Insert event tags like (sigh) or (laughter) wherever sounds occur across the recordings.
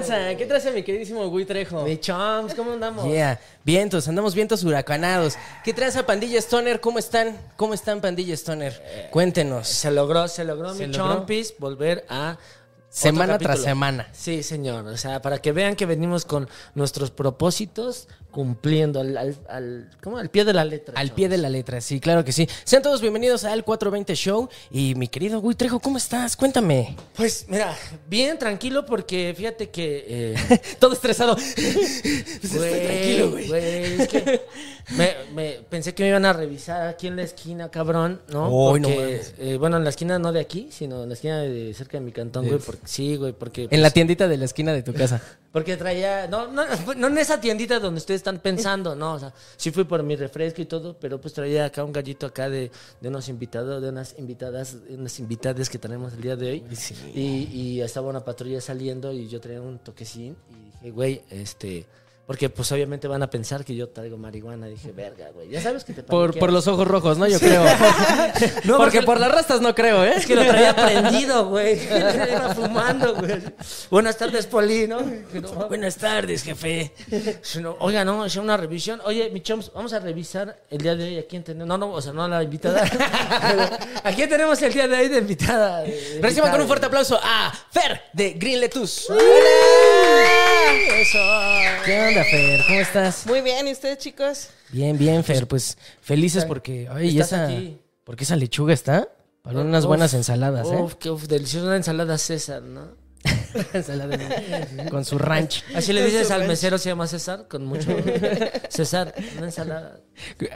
gracias, mi queridísimo Gui Trejo. Mi chums, ¿cómo andamos? Yeah. Vientos, andamos vientos huracanados. ¿Qué tranza, Pandilla Stoner? ¿Cómo están? ¿Cómo están, Pandilla Stoner? Cuéntenos. Se logró, se logró, Se mi logró. chompis, volver a. Semana otro tras capítulo. semana. Sí, señor. O sea, para que vean que venimos con nuestros propósitos cumpliendo al, al, al- ¿cómo? al pie de la letra. Al pie de la letra, sí, claro que sí. Sean todos bienvenidos al 420 Show. Y mi querido Gui Trejo, ¿cómo estás? Cuéntame. Pues mira, bien tranquilo porque fíjate (laughs) que. eh, Todo estresado. Güey, tranquilo, güey. es que me, me- pensé que me iban a revisar aquí en la esquina, cabrón, ¿no? Uy, no Porque, mames. eh, bueno, en la esquina no de aquí, sino en la esquina de cerca de mi cantón, güey. Porque, sí, güey, porque... En la tiendita de la esquina de tu casa. Porque traía... No, no, (laughs) no en esa tiendita donde ustedes están pensando, ¿no? O sea, sí fui por mi refresco y todo, pero pues traía acá un gallito acá de, de unos invitados, de unas invitadas, de unas invitadas que tenemos el día de hoy. Y, y estaba una patrulla saliendo y yo traía un toquecín y dije, güey, este... Porque pues obviamente van a pensar que yo traigo marihuana. Dije, verga, güey. Ya sabes que te Por, paniqueas. por los ojos rojos, ¿no? Yo creo. (laughs) porque No, porque- por las rastas no creo, ¿eh? Es que lo traía prendido, güey. (laughs) Iba fumando, güey. Buenas tardes, Poli, ¿no? Que no mames. Buenas tardes, jefe. Si no- Oiga, no, es una revisión. Oye, mi chums, vamos a revisar el día de hoy a quién tenemos. No, no, o sea, no a (laughs) la invitada. ¿A quién tenemos el día de hoy de invitada? De- Reciban de con un invitada. fuerte aplauso a Fer de Green Letus. Eso. ¿Qué onda, Fer? ¿Cómo estás? Muy bien, ¿y ustedes, chicos? Bien, bien, Fer. Pues felices porque. Ay, y estás esa. aquí. Porque esa lechuga está. Para unas Uf, buenas ensaladas, ¿eh? Uf, qué uf, deliciosa una ensalada César, ¿no? Ensalada de- Con su ranch. Así le dices al mesero, se llama César, (laughs) con mucho. César, una ensalada.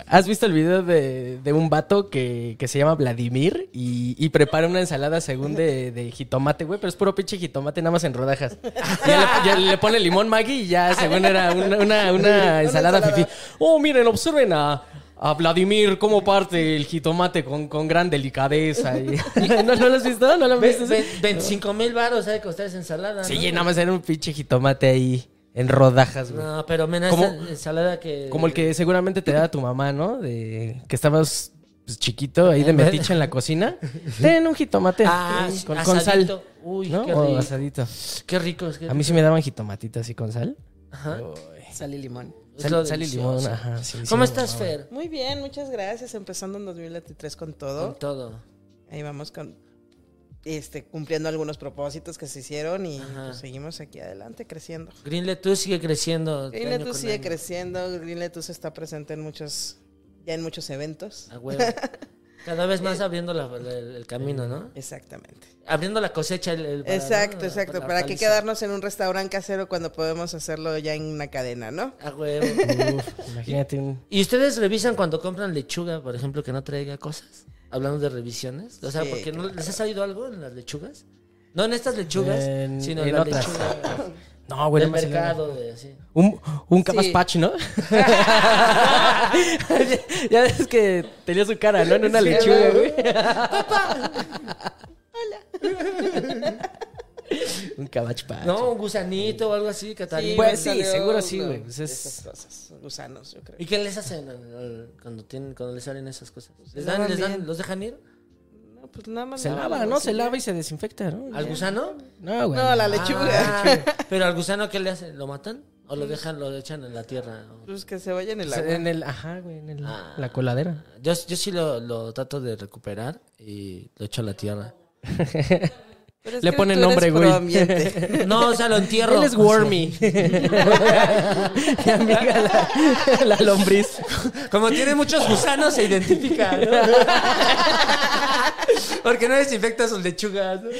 ¿Has visto el video de, de un vato que, que se llama Vladimir y, y prepara una ensalada según de, de jitomate, güey? Pero es puro pinche jitomate, nada más en rodajas. Y ya le, ya le pone limón Maggie y ya, según era una, una- una ensalada fifí. Oh, miren, observen a, a Vladimir cómo parte el jitomate con, con gran delicadeza. Y- (laughs) ¿No, no lo has visto? ¿No lo has Ve- visto? ve- 25 mil baros, ¿sabes? Costar esa ensalada. ¿no? Sí, nada más era un pinche jitomate ahí en rodajas, güey. No, pero menos Como- esa ensalada que. Como el que seguramente te daba tu mamá, ¿no? De que estabas pues, chiquito ahí de metiche en la (laughs) cocina. Ten un jitomate Ah, eh, sí, con, con sal. asadito. Uy, ¿no? qué O rico. asadito. Qué rico es que. A mí sí me daban jitomatitas así con sal. Ajá. Sal y limón. Es lo Sal, sal y limón. delicioso. Ajá, sí, sí, ¿Cómo me estás, mamaba. Fer? Muy bien, muchas gracias. Empezando en 2023 con Con todo. todo. Ahí vamos con este cumpliendo algunos propósitos que se hicieron y Ajá. pues, seguimos aquí adelante creciendo. Greenlet, tú sigue creciendo. Green año Lettuce con sigue año. creciendo, Green Lettuce está presente en muchos ya en muchos eventos. A huevo. Cada (laughs) vez más abriendo la- la- el, el camino, ¿no? Exactamente. Abriendo la cosecha. El, el- para- exacto, ¿no? exacto. La ¿Para qué paliza. quedarnos en un restaurante casero cuando podemos hacerlo ya en una cadena, no? A huevo. Uf, imagínate un... ¿Y ustedes revisan cuando compran lechuga, por ejemplo, que no traiga cosas? Hablando de revisiones. O sea, Sí, porque no, claro. ¿les ha salido algo en las lechugas? No en estas lechugas, En- sino en en las otras. lechugas (laughs) No, güey. del no me salió nada. mercado. De, así. Un, un camas patch, ¿no? ya, (laughs) ya ves que tenía su cara, ¿no? En una lechuga, güey. Un camas patch. No, un gusanito o algo así, Catarina. Sí, Pues me sí, salió seguro sí, uno güey, pues de es- esas cosas, gusanos, yo creo. ¿Y qué les hacen al- al- cuando tienen, cuando les salen esas cosas? ¿Les lavan dan, les dan- bien. ¿Los dejan ir? No, pues nada más. Se nada, lava, algo ¿no? así. Se lava y se desinfecta, ¿no? ¿Al gusano? No, güey. No, la lechuga. Ah, pero al gusano, ¿qué le hacen? ¿Lo matan? ¿O lo dejan, lo echan en la tierra? Pues que se vaya en el Se- agua. En el, ajá, güey, en el- Ah. la coladera. Yo, yo sí lo, lo trato de recuperar y lo echo a la tierra. Pero es Le que ponen tú nombre, eres pro güey. (laughs) ambiente. No, o sea, lo entierro. Él es Wormy. (laughs) Mi amiga la, la lombriz. Como tiene muchos gusanos, se identifica, (laughs) ¿no? Porque no desinfecta sus lechugas. ¿no?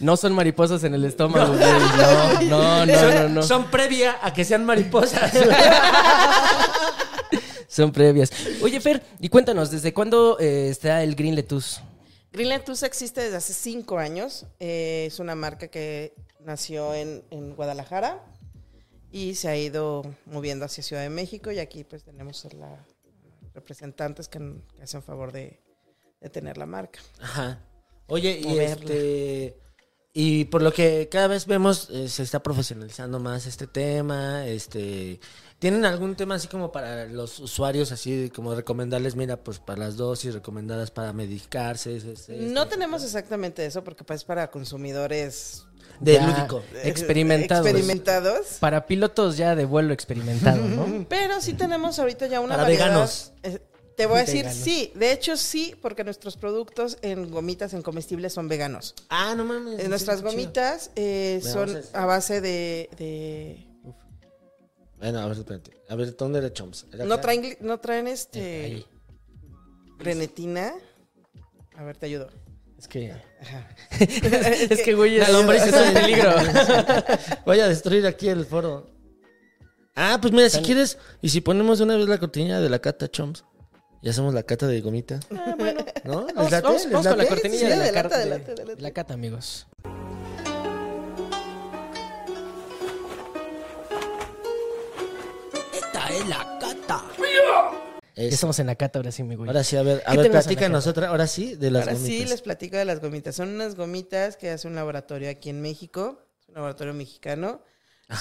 No son mariposas en el estómago, güey. No, no, no, no. no. Son previa a que sean mariposas. Son previas. Oye, Fer, y cuéntanos, ¿desde cuándo eh, está el Green Letus? Green Lettuce existe desde hace cinco años. Eh, es una marca que nació en, en Guadalajara y se ha ido moviendo hacia Ciudad de México y aquí pues tenemos a la representantes que, que hacen favor de, de tener la marca. Ajá. Oye, y Moverla. este. Y por lo que cada vez vemos, eh, se está profesionalizando más este tema. Este, ¿Tienen algún tema así como para los usuarios, así como recomendarles, mira, pues para las dosis, recomendadas para medicarse? es- este, es- es- No tenemos exactamente eso porque pues para consumidores eh, De Ya, lúdico. Experimentados. experimentados. Para pilotos ya de vuelo experimentado, ¿no? Pero sí tenemos ahorita ya una Para variedad. veganos. Eh, Te voy a decir Veganos. sí, de hecho sí, porque nuestros productos en gomitas, en comestibles son veganos. Ah, no mames. Eh, sí, nuestras chido. gomitas eh, Veamos son esa. a base de... de- Bueno, a ver, espérate. A ver, ¿dónde era Chomps? ¿Era no, acá? traen, gli- no traen este Ahí. grenetina. A ver, te ayudo. Es que. (laughs) Es es que, güey, La es, lombriz es está un en peligro. Voy a destruir aquí el foro. Ah, pues mira, si quieres, y si ponemos una vez la cortina de la cata Chomps, y hacemos la cata de gomita. (laughs) ¿No? ¿Les Ah, Vamos, late? vamos- vamos ¿Les con la late? cortinilla Sí, de, la adelante, car- de- adelante, adelante. la cata, amigos. Esta es la cata. Ya Eso. estamos en la cata ahora sí, mi güey. Ahora sí, a ver, a ¿Qué tenemos ver, en la platícanos otra, ahora sí, de las Ahora sí gomitas. les platico de las gomitas. Son unas gomitas que hace un laboratorio aquí en México, es un laboratorio mexicano.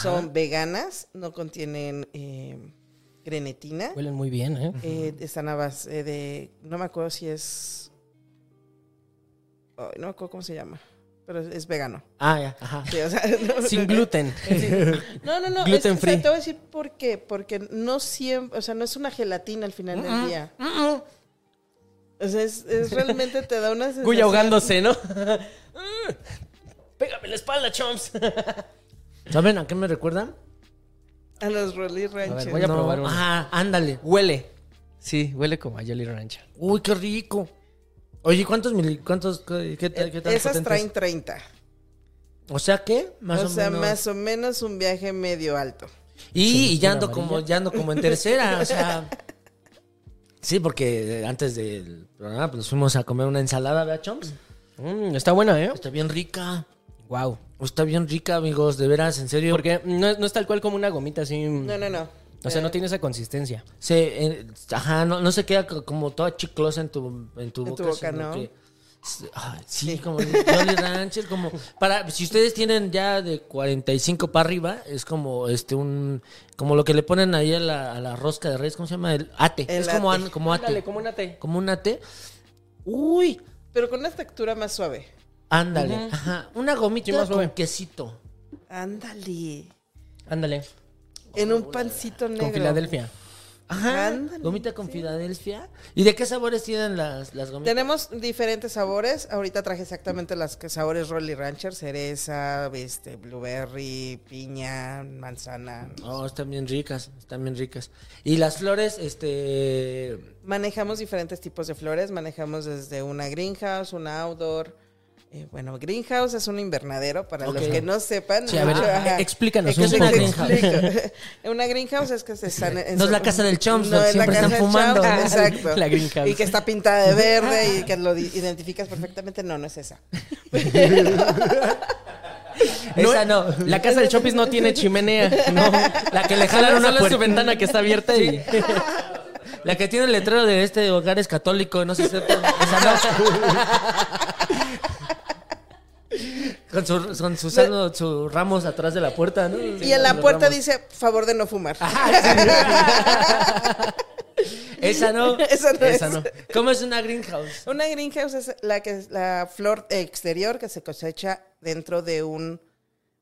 Son veganas, no contienen eh, grenetina. Huelen muy bien, (laughs) ¿eh? Eh, están a base de, no me acuerdo si es, ay, no me acuerdo cómo se llama, pero es vegano. Ah, ya, ajá. Sí, o sea, (laughs) no- Sin gluten. No, no, no. Gluten es que, o sea, free. te voy a decir por qué. Porque no siempre, o sea, no es una gelatina al final del día. O sea, es, es (laughs) realmente te da una sensación. Güey ahogándose, ¿no? (laughs) Pégame la espalda, chomps. (laughs) ¿Saben a qué me recuerdan? A los Rolly Ranchers. voy a probar una. Ajá, ándale. Huele. Sí, huele como a Jolly Rancher. Uy, qué rico. Oye, ¿cuántos mili, cuántos, qué, qué, Eh, qué tan Esas potentes? traen 30. O sea, ¿qué? Más o, o sea, menos. más o menos un viaje medio alto. Y, y ya ando como, ya ando como en tercera, o sea. Sí, porque eh, antes del programa pues, nos fuimos a comer una ensalada, ¿verdad, Chomps? Mm, está buena, ¿eh? Está bien rica. Wow. Está bien rica, amigos, de veras, en serio. Porque no es, no es tal cual como una gomita así. No, no, Eh. no. O sea, no tiene esa consistencia. Se, eh, ajá, no, no se queda co- como toda chiclosa en tu, en tu En boca. tu boca, sino ¿no? que- s- ay, sí, como Jolly Rancher, como para si ustedes tienen ya de 45 para arriba, es como este un como lo que le ponen ahí a la, a la rosca de reyes, ¿cómo se llama? El ate. El es como ate. an- como ate. Ándale, como una T. como un ate. Uy, Pero con una textura más suave. ándale. Ajá, una gomita Sí, más con suave. quesito. Ándale. Ándale. En un pancito negro. Con Filadelfia. Ajá, Ándale, gomita con Filadelfia. ¿Y de qué sabores tienen las, las gomitas? Tenemos diferentes sabores. Ahorita traje exactamente las que sabores Rolly Rancher, cereza, este, blueberry, piña, manzana. Oh, están bien ricas, están bien ricas. Y las flores, este. Manejamos diferentes tipos de flores. Manejamos desde una greenhouse, una outdoor. Eh, bueno, greenhouse es un invernadero, para Ok. los que no sepan. Sí, a ver, Mucho, (laughs) ajá. explícanos Eh, un ¿qué es poco. (laughs) greenhouse? (laughs) una greenhouse es que se están... en- No es la casa del Chomps, No donde es la siempre casa están del fumando. Chomps, (laughs) exacto. La greenhouse. Y que está pintada de verde y que lo di- identificas perfectamente. No, no es esa. Pero- Esa no. La casa del Chopis no tiene chimenea. No. La que le jalan jalan una una solo es su puerta. ventana que está abierta y. (laughs) La que tiene el letrero de este hogar es católico, no se acepta. Esa no. Con su, con su, saldo- su ramos atrás de la puerta, ¿no? Y en la puerta dice, favor de no fumar. (laughs) Esa no. Esa no Esa es. no. ¿Cómo es una greenhouse? Una greenhouse es la que es la flor exterior que se cosecha dentro de un,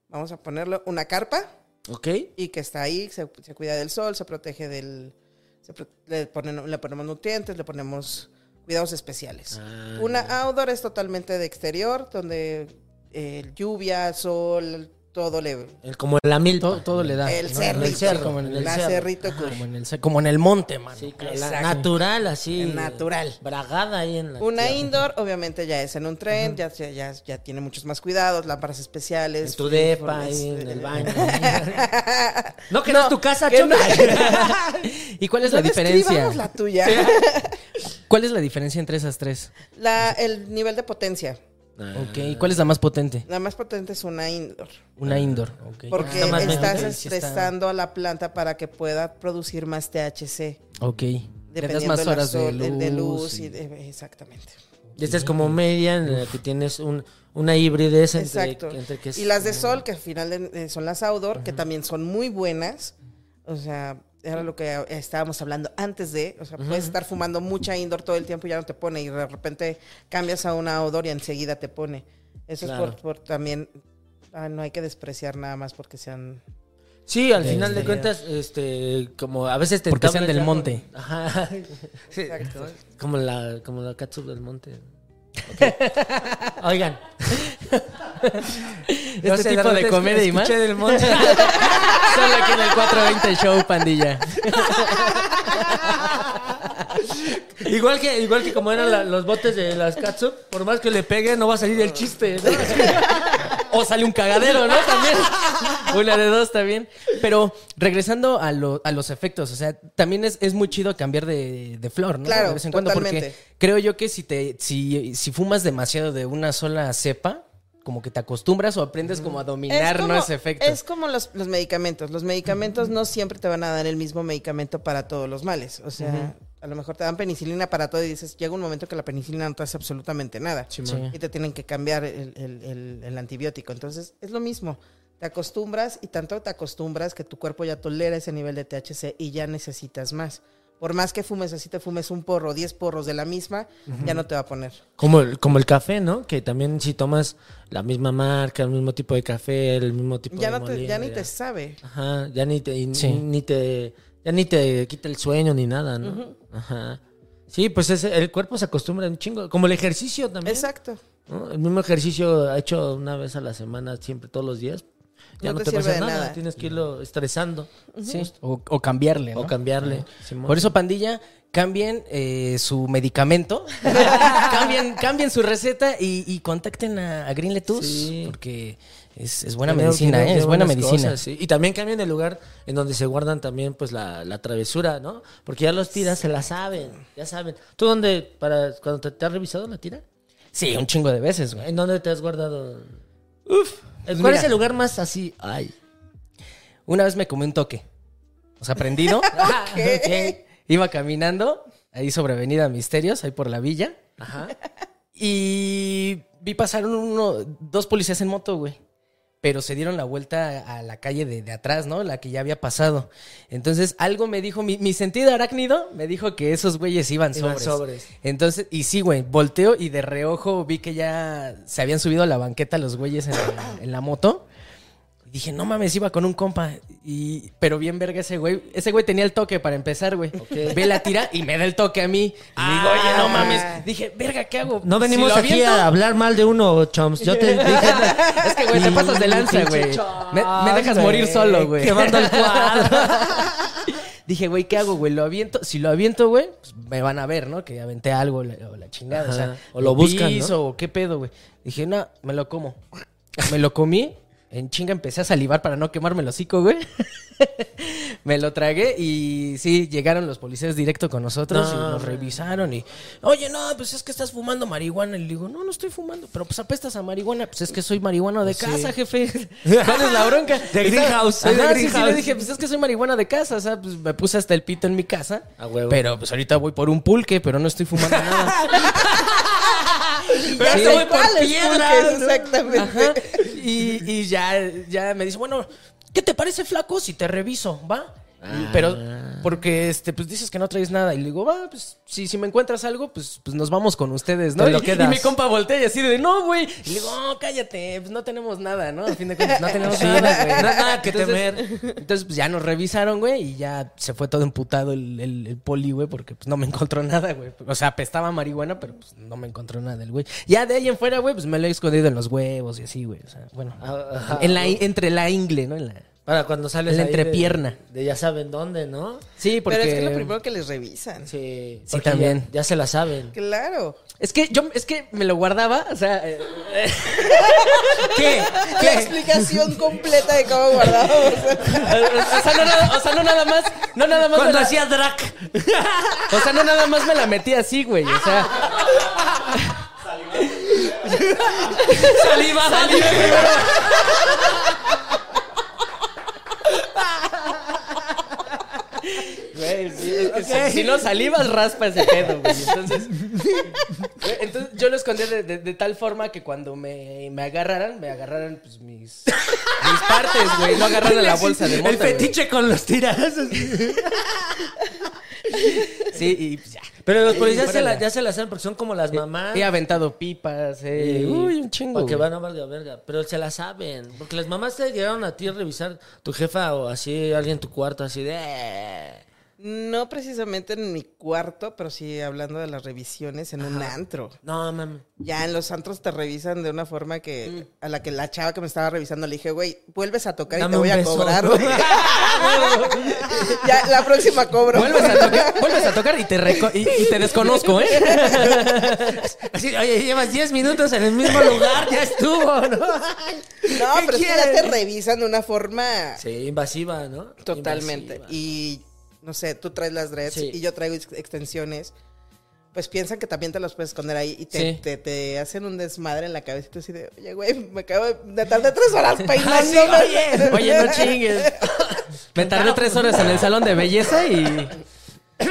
vamos a ponerlo, una carpa Ok. y que está ahí, se, se cuida del sol, se protege del, se pro- le, ponen- le ponemos nutrientes, le ponemos cuidados especiales. Ah, una outdoor es totalmente de exterior, donde eh, lluvia, sol, todo le, El- como la milpa. Todo, todo le da. El ¿no? cerrito. El cerro, Como en el, la cerro. cerrito Ajá, cush. como en el cer- como en el monte, mano. Sí, claro, la Exacto. natural, así. Natural. Bragada ahí en la. Una tierra. indoor, obviamente, ya es en un tren, ya, ya, ya, ya tiene muchos más cuidados, lámparas especiales. En tu depa, uniformes, ahí en el eh, baño. (laughs) no, que no, No, es tu casa, que chona. (laughs) ¿Y cuál es No la diferencia? pues describamos la (laughs) tuya. ¿Cuál es la diferencia entre esas tres? La- el nivel de potencia. Ok, ¿y ¿cuál es la más potente? La más potente es una indoor. Una indoor. ok. Porque Está más estás mejor. Sí, está- estresando a la planta para que pueda producir más THC. Ok. Le das Dependiendo más de la horas de sol- luz. de luz y y- de- exactamente. Y esta es como media en la que tienes un, una hibridez entre, Exacto. entre que es y las de como- sol, que al final de- eh, son las outdoor, que también son muy buenas. O sea, era lo que estábamos hablando antes de. O sea, puedes estar fumando mucha indoor todo el tiempo y ya no te pone. Y de repente cambias a una outdoor y enseguida te pone. Eso es Claro. por, por también. ah, no hay que despreciar nada más porque sean. Sí, al De final de exterior. cuentas, este, como a veces te Porque sean entablas del ya monte. con- Ajá. (laughs) Sí, Exacto. como la, como la catsup del monte. Ok. Oigan. Este tipo de comedia y más. escuché del monte. Solo aquí en el 420 Show, pandilla. igual que, igual que como eran la- los botes de las catsup, por más que le pegue, no va a salir el chiste. ¿no? O sale un cagadero, ¿no? También. Una de dos también. Pero regresando a, lo- a los efectos, o sea, también es, es muy chido cambiar de, de flor, ¿no? Claro, de vez en cuando, porque totalmente. creo yo que si, te, si, si fumas demasiado de una sola cepa, como que te acostumbras o aprendes como a dominar ¿no? ese efecto. es como los, los medicamentos. Los medicamentos no siempre te van a dar el mismo medicamento para todos los males. O sea, a lo mejor te dan penicilina para todo y dices, llega un momento que la penicilina no te hace absolutamente nada. Sí. y te tienen que cambiar el, el- el- el antibiótico. Entonces, es lo mismo. Te acostumbras y tanto te acostumbras que tu cuerpo ya tolera ese nivel de THC y ya necesitas más. Por más que fumes, así te fumes un porro, 10 porros de la misma, ya no te va a poner. Como el, como el café, ¿no? Que también si tomas la misma marca, el mismo tipo de café, el mismo tipo Ya, de no te, molino, ya ni te sabe. Ajá, ya ni te, y- Sí. ni te ya ni te quita el sueño ni nada, ¿no? Ajá. Sí, pues es, el cuerpo se acostumbra un chingo, como el ejercicio también. Exacto. ¿no? El mismo ejercicio hecho una vez a la semana, siempre todos los días. Ya no, No te, te va a sirve hacer de nada. nada. tienes que irlo estresando Sí. O, o cambiarle, ¿no? o cambiarle. Simón. Por eso, pandilla, cambien eh, su (laughs) medicamento, cambien, cambien su receta y, y contacten a, a Green Lettuce, Sí. porque es, es buena Tiene- medicina, tiene- ¿eh? tiene es buena buenas medicina. cosas, sí. Y también cambian el lugar en donde se guardan también pues la, la travesura, ¿no? Porque ya los tiras, se la saben, ya saben. ¿Tú dónde, para cuando te, te has revisado la tira? Sí, un chingo de veces, güey. ¿En dónde te has guardado? ¿Cuál mira. es el lugar más así? Ay. Una vez me comí un toque, o sea, prendido, (laughs) (laughs) Ok. iba caminando ahí sobre Avenida Misterios, ahí por la villa, Ajá. y vi pasar uno, dos policías en moto, güey. Pero se dieron la vuelta a la calle de, de atrás, ¿no? La que ya había pasado. Entonces, algo me dijo, mi, mi sentido arácnido me dijo que esos güeyes iban Iban sobres. sobres. Entonces, y sí, güey, volteo y de reojo vi que ya se habían subido a la banqueta los güeyes en la, en la moto. Y dije, no mames, iba con un compa. Y, pero bien verga ese güey. Ese güey tenía el toque para empezar, güey. Ve la tira y me da el toque a mí. Y digo, oye, Ah. no mames. Dije, verga, ¿qué hago? No Si venimos lo aquí aviento- a hablar mal de uno, chums. Yo te (laughs) dije. (laughs) Es que, güey, te pasas de lanza, güey. Me, me dejas morir solo, güey. Quemando el cuadro. (laughs) Dije, güey, ¿qué hago, güey? Lo aviento. Si lo aviento, güey, pues me van a ver, ¿no? Que aventé algo o la, o la chingada. O, sea, Ajá. O lo buscan, piso, o qué pedo, güey. Dije, no, me lo como. Me lo comí. En chinga empecé a salivar para no quemarme el hocico, güey. (laughs) me lo tragué y sí, llegaron los policías directo con nosotros No, y nos güey. revisaron y, oye, no, pues es que estás fumando marihuana. Y le digo, no, no estoy fumando, pero pues apestas a marihuana. Pues es que soy marihuana de casa, (laughs) jefe. ¿Cuál es la bronca? De greenhouse, soy de Ajá, sí, sí, greenhouse. le dije, pues es que soy marihuana de casa, o sea, pues me puse hasta el pito en mi casa. A huevo. Pero pues ahorita voy por un pulque, pero no estoy fumando (laughs) nada. Pero Sí. esto voy por ¿Cuáles piedras. pulques? Exactamente. Ajá. Y, y ya, ya me dice, bueno, ¿qué te parece, flaco? Si te reviso, ¿va? Y- Pero, porque este, pues dices que no traes nada. Y le digo, va, pues, si, si me encuentras algo, pues, pues nos vamos con ustedes, ¿no? Te lo y, quedas. y mi compa voltea y así de no, güey. Y le digo, "Oh, cállate, pues no tenemos nada, ¿no? Al fin de cuentas, no tenemos Sí, nada, güey. no hay nada que temer. Entonces, pues ya nos revisaron, güey, y ya se fue todo emputado el, el, el poli, güey, porque pues no me encontró nada, güey. O sea, apestaba a marihuana, pero pues no me encontró nada el güey. Ya de ahí en fuera, güey, pues me lo he escondido en los huevos y así, güey. O sea, bueno. Ah, Ajá. en la, entre la ingle, ¿no? En la... Para cuando sales. La ahí de- entrepierna. De, ya saben dónde, ¿no? Sí, porque. Pero es que lo primero que les revisan. Sí. Sí, porque también. Ya, ya se la saben. Claro. Es que yo, es que me lo guardaba, o sea, (laughs) eh, ¿Qué? La explicación completa de cómo guardábamos. o sea, no nada, o sea, no nada más, no nada más me Cuando la- hacía drag. O sea, no nada más me la metí así, güey. O sea, Saliva, saliva. Güey, sí, es que si, si no salivas, raspa ese pedo, güey. Entonces, güey, entonces yo lo escondía de, de- de tal forma que cuando me, me agarraran, me agarraran pues mis, mis partes, güey. No agarraran la bolsa de mota, El güey. fetiche con los tirazos. Sí, y pues, ya. Pero los policías Y se la- órale. ya se las saben porque son como las mamás. He aventado pipas, eh. Y- Uy, un chingo. Porque güey. van a valga verga. Pero se la saben. Porque las mamás te llegaron a ti a revisar tu jefa o así, alguien en tu cuarto, así de. "Eh". No precisamente en mi cuarto, pero sí hablando de las revisiones en un antro. No, mami. Ya en los antros te revisan de una forma que a la que la chava que me estaba revisando le dije, güey, vuelves a tocar Mm. y Dame te un voy a beso". cobrar. (laughs) (laughs) güey". ya la próxima (laughs) cobro. Vuelves a tocar, vuelves a tocar y te, reco- y, y te desconozco, (laughs) ¿eh? Así, oye, llevas 10 minutos en el mismo lugar, ya estuvo, ¿no? No, ¿Qué pero es que ya te quieres? revisan de una forma Sí, invasiva, ¿no? totalmente. Invasiva. Y no sé, tú traes las dreads Sí. y yo traigo ex- extensiones. Pues piensan que también te las puedes esconder ahí y te, Sí. te- te hacen un desmadre en la cabeza y tú así de, oye, güey, me acabo de tardar tres horas peinándome. (laughs) Ah, sí, oye. Oye, no chingues. Me tardé tres horas en el salón de belleza y (clears throat)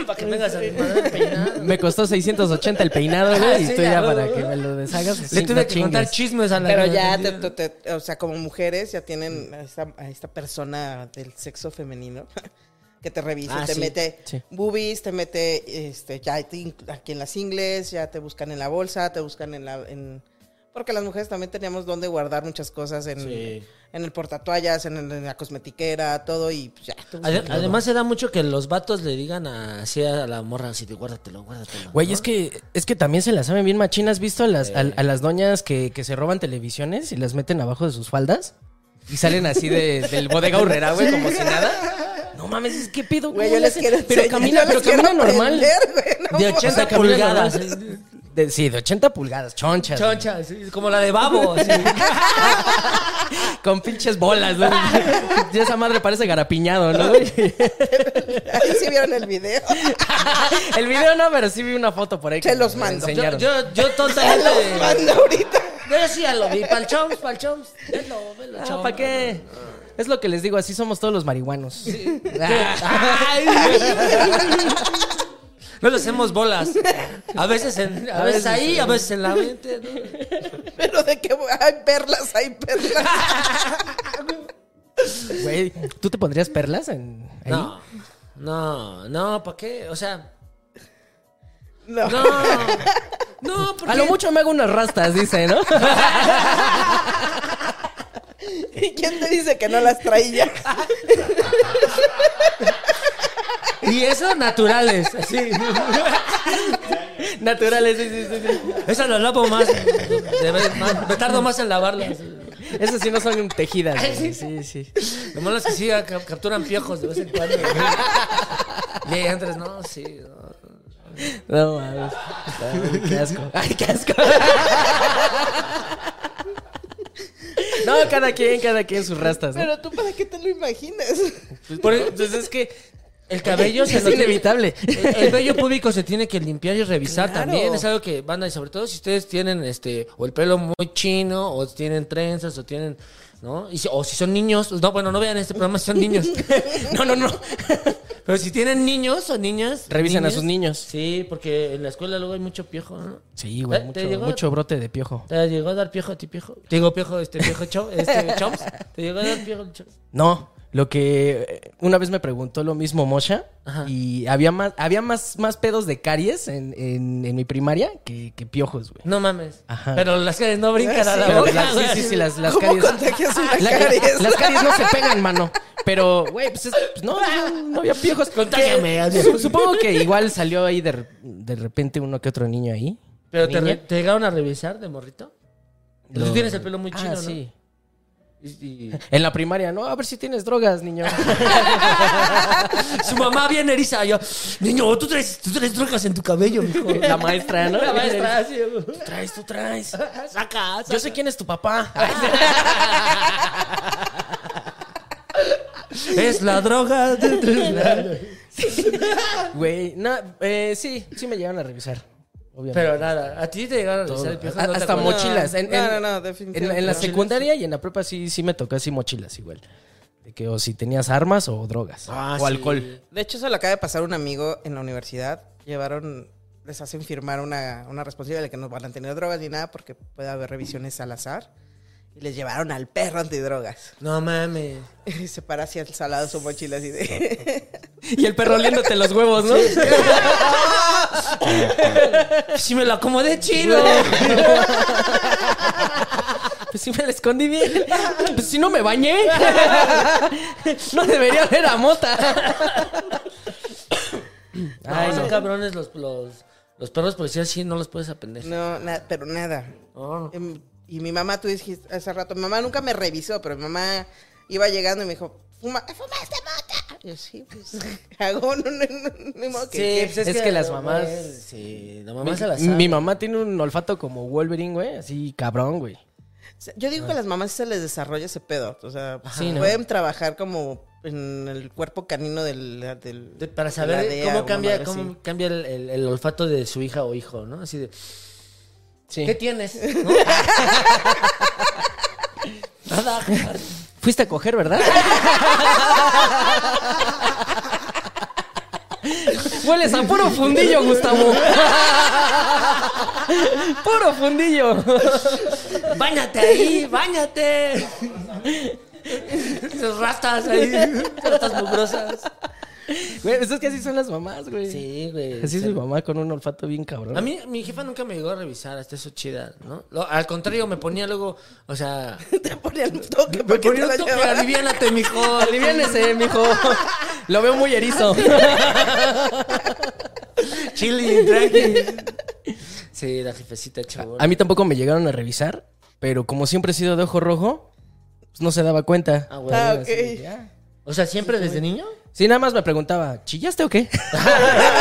Para que vengas a desmadrar peinado. me costó 680 el peinado, güey. Y Sí, tú Ah, ya ya, para güey. que me lo deshagas. Le sí, tuve no que chingues. contar chismes a la Pero que me ya, te- atendieron. te- te- o sea, como mujeres ya tienen a esta, a esta persona del sexo femenino (laughs) que te revisa, Ah, y te sí, mete sí. boobies, te mete este, ya te in- aquí en las ingles, ya te buscan en la bolsa, te buscan en la... En, porque las mujeres también teníamos donde guardar muchas cosas en, Sí. en el portatoallas, en, el- en la cosmetiquera, todo y pues, ya. te buscan Ade- todo. Además se da mucho que los vatos le digan a, así a la morra así de guárdatelo, guárdatelo. Güey, ¿no? es que, es que también se las saben bien machín. ¿Has visto a las, a, a las doñas que, que se roban televisiones y las meten abajo de sus faldas? Y salen así de, del bodega horrera, güey, como si nada. No mames, es que pedo, Güey, ¿cómo le yo les hacen? quiero Pero enseñar, camina, yo pero les quiero camina normal. aprender, (laughs) güey, no De mames. (laughs) 80 Camina pulgadas. normal. (laughs) De- sí, de 80 pulgadas, chonchas. güey. Choncha, sí, como la de babo. (laughs) así. Con pinches bolas, (laughs) güey. Y esa madre parece garapiñado, (laughs) ¿no? güey? Ahí sí vieron (laughs) el video. El video no, pero sí vi una foto por ahí. Se que los me mando. yo, enseñaron. yo, yo totalmente. (laughs) Manda ahorita. Yo sí ya lo vi. Pal choms, pal choms. Velo, velo, Ah, choms. ¿Para qué? Es lo que les digo, así somos todos los marihuanos. (laughs) Ah, Ay. (laughs) No le hacemos bolas. A veces, en- a veces ahí, a veces en la mente. ¿no? (laughs) Pero de que hay perlas, hay perlas. (laughs) Güey, ¿tú te pondrías perlas en ahí? No, no, no, ¿para qué? O sea, No. (laughs) no. No, porque... A lo mucho me hago unas rastas, dice, (laughs) ¿no? ¿Y quién te dice que no las traía? Y esos naturales, así. (laughs) Naturales, sí, sí, sí, sí. Esas las lavo más. de vez- más- Me tardo más en lavarlas. Esas sí no son tejidas, (laughs) güey. Sí, sí. Lo malo es que sí ca- capturan piojos de vez (laughs) en cuando. Y antes, no, sí. No no. mames. Ay, qué asco. (laughs) Ay, qué asco. No, cada quien, cada quien sus rastas, ¿no? Pero tú, ¿para qué te lo imaginas? Por- Entonces Pues, es que e- (laughs) El cabello se es lo tiene- inevitable. El, el vello público se tiene que limpiar y revisar Claro. también. Es algo que van a, y sobre todo si ustedes tienen este, o el pelo muy chino, o tienen trenzas, o tienen, ¿no? Y si- o si son niños, no, bueno, no vean este programa si son niños. (laughs) (laughs) No, no, no. Pero si tienen niños o niñas. Revisen a niñas, sus niños. Sí, porque en la escuela luego hay mucho piojo, ¿no? Sí, güey, ¿Te- mucho, te llegó- mucho brote de piojo. ¿Te llegó a dar piojo a ti, piojo? Te digo piojo, este piojo chom, (laughs) este choms. ¿Te llegó a dar piojo el choms? No, lo que eh, una vez me preguntó lo mismo Mosha Ajá. y había más, había más, más pedos de caries en, en- en mi primaria que, que piojos, güey. No mames. Ajá. Pero las caras no brincan a la Pero boca, las- sí, güey. sí, sí, las, las ¿Cómo caries. contagias una La- caries? Las caries no se pegan, mano. Pero, güey, pues, es- pues no, no, no había piojos. Contágiame, Que- adiós. su- Supongo que igual salió ahí de, re- de repente uno que otro niño ahí. ¿Pero te, Niña. re- te llegaron a revisar de morrito? Pues Lo- Tú tienes el pelo muy Ah, chino, ¿no? sí. Y- y- En la primaria, no, a ver si tienes drogas, (laughs) niño. Su mamá bien eriza. Yo, niño, tú traes, tú traes drogas en tu cabello, mijo. (laughs) La maestra, ¿no? La maestra, sí. Tú traes, tú traes. Saca, Yo sé quién es tu (laughs) papá. Es la droga. (laughs) Güey, no, eh, sí, sí me llegaron a revisar. Obviamente. Pero nada, a ti te llegaron a revisar el piojo. A- no te hasta acuerdas? mochilas. En, No, en- no, no, En, la- en definitivamente. la secundaria y en la prepa sí, sí me tocó así mochilas igual. De que o si tenías armas o drogas. Ah, o sí. alcohol. De hecho, se lo acaba de pasar un amigo en la universidad. Llevaron, les hacen firmar una, una responsabilidad de que no van a tener drogas ni nada porque puede haber revisiones al azar. Y les llevaron al perro antidrogas. (laughs) No mames. Y se para así al salado su mochila así de... (laughs) Y el perro oliéndote los huevos, ¿no? (laughs) Si me lo acomodé chido. Pues si me la escondí bien. (laughs) Pues si no me bañé. (laughs) No debería haber a mota. Ay, son cabrones los, los, los perros policías, sí, no los puedes aprender. No, na- pero nada. No. Em, Y mi mamá, tú dijiste hace rato, mi mamá nunca me revisó, pero mi mamá iba llegando y me dijo, Fuma, ¿fumaste mota? Y yo, sí, pues, (laughs) hago, no, no, no, ni modo que- que- es que las mamás- Sí, las Mi, mamás se las mi saben. mamá tiene un olfato como Wolverine, güey. Así cabrón, güey. O sea, Yo digo que a las mamás se les desarrolla ese pedo. O sea, Sí, ¿no? pueden trabajar como en el cuerpo canino del. del- De- para de la saber DEA o cómo una cambia, madre cómo así. cambia el, el- el olfato de su hija o hijo, ¿no? Así de, Sí. ¿qué (laughs) tienes? ¿No? Nada. Fuiste a coger, (laughs) ¿verdad? Hueles a puro fundillo, (laughs) Gustavo. puro fundillo. Báñate ahí, (laughs) báñate. Esos rastas ahí, rastas mugrosas. Güey, pues es que así son las mamás, güey. Sí, güey. Así es se- mi mamá con un olfato bien cabrón. A mí, mi jefa nunca me llegó a revisar, hasta eso chida, ¿no? Lo- al contrario, me ponía luego, o sea... (laughs) (laughs) Te ponía el toque Me porque ponía te un la tope, llevaba. aliviánate, mijo, aliviánese. (laughs) Aliviánese, (laughs) mijo. Lo veo muy erizo. Chili, tranqui. Sí, la jefecita chabón. (laughs) A mí tampoco me llegaron a revisar, pero como siempre he sido de ojo rojo, pues no se daba cuenta. Ah, güey. (laughs) Ah, Así de que, ok. ah. O sea, ¿siempre desde (laughs) niño? Sí, nada más me preguntaba, ¿chillaste o qué?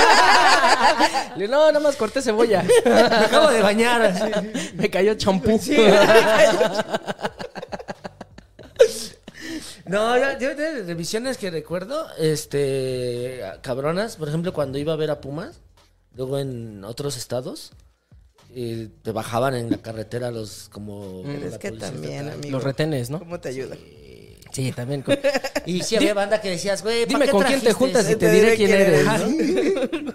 (laughs) Le digo, no, nada más corté cebolla. (laughs) Me acabo de bañar. así. Me cayó champú. No, yo, yo de revisiones que recuerdo, este, cabronas, por ejemplo, cuando iba a ver a Pumas, luego en otros estados, y te bajaban en la carretera los como... Mm, Pero la es que policía también, amigo. Los retenes, ¿no? ¿Cómo te ayuda? (laughs) Sí, también. con- Y si había banda que decías, güey, ¿pa' Dime qué con quién te trajiste juntas ese y te diré quién eres. ¿no?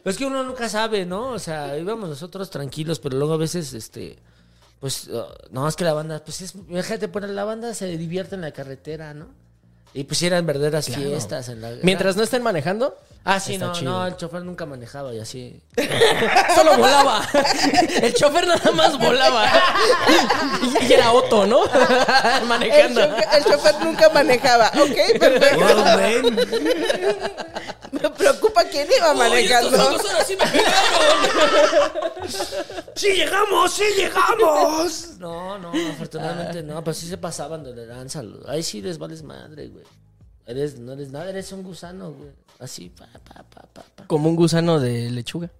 (laughs) Pues que uno nunca sabe, ¿no? O sea, íbamos nosotros tranquilos, pero luego a veces, este, pues, uh, no, es que la banda, pues es, fíjate, por la banda se divierte en la carretera, ¿no? Y pues eran verdaderas fiestas en la... Mientras no estén manejando, Ah, sí, Está no, chido. no, el chofer nunca manejaba y así. solo volaba. (laughs) El chofer nada más (laughs) volaba. (laughs) Y- Y era Otto, ¿no? El Manejando. chofer, el chofer nunca manejaba. (laughs) Ok, perfecto. (laughs) Me preocupa quién iba manejando. ¡Sí llegamos, sí llegamos! No, no, afortunadamente no, pero sí se pasaban de lanza. Ahí sí les vales madre, güey. Eres, no eres nada, eres un gusano, güey. Así, pa, pa, pa, pa, pa. Como un gusano de lechuga.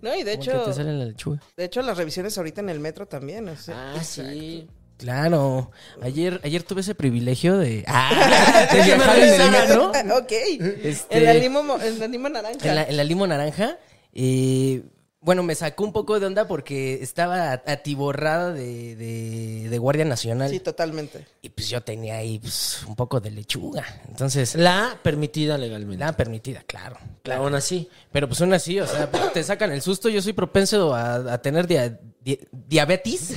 No, y de Como que te hecho, sale la lechuga. de hecho, las revisiones ahorita en el metro también. o sea, Ah, sí. Claro. Ayer, ayer tuve ese privilegio (laughs) de, ah, de viajar en el (laughs) metro. ok. Este- En la limo, mo- en la limo naranja. En la, en la limo naranja. eh, bueno, me sacó un poco de onda porque estaba atiborrada de, de- de Guardia Nacional. Sí, totalmente. Y pues yo tenía ahí pues, un poco de lechuga. Entonces, La permitida legalmente. la permitida, claro. Claro. Aún así. Pero pues aún así, o sea, te sacan el susto. Yo soy propenso a, a tener dia- di- diabetes,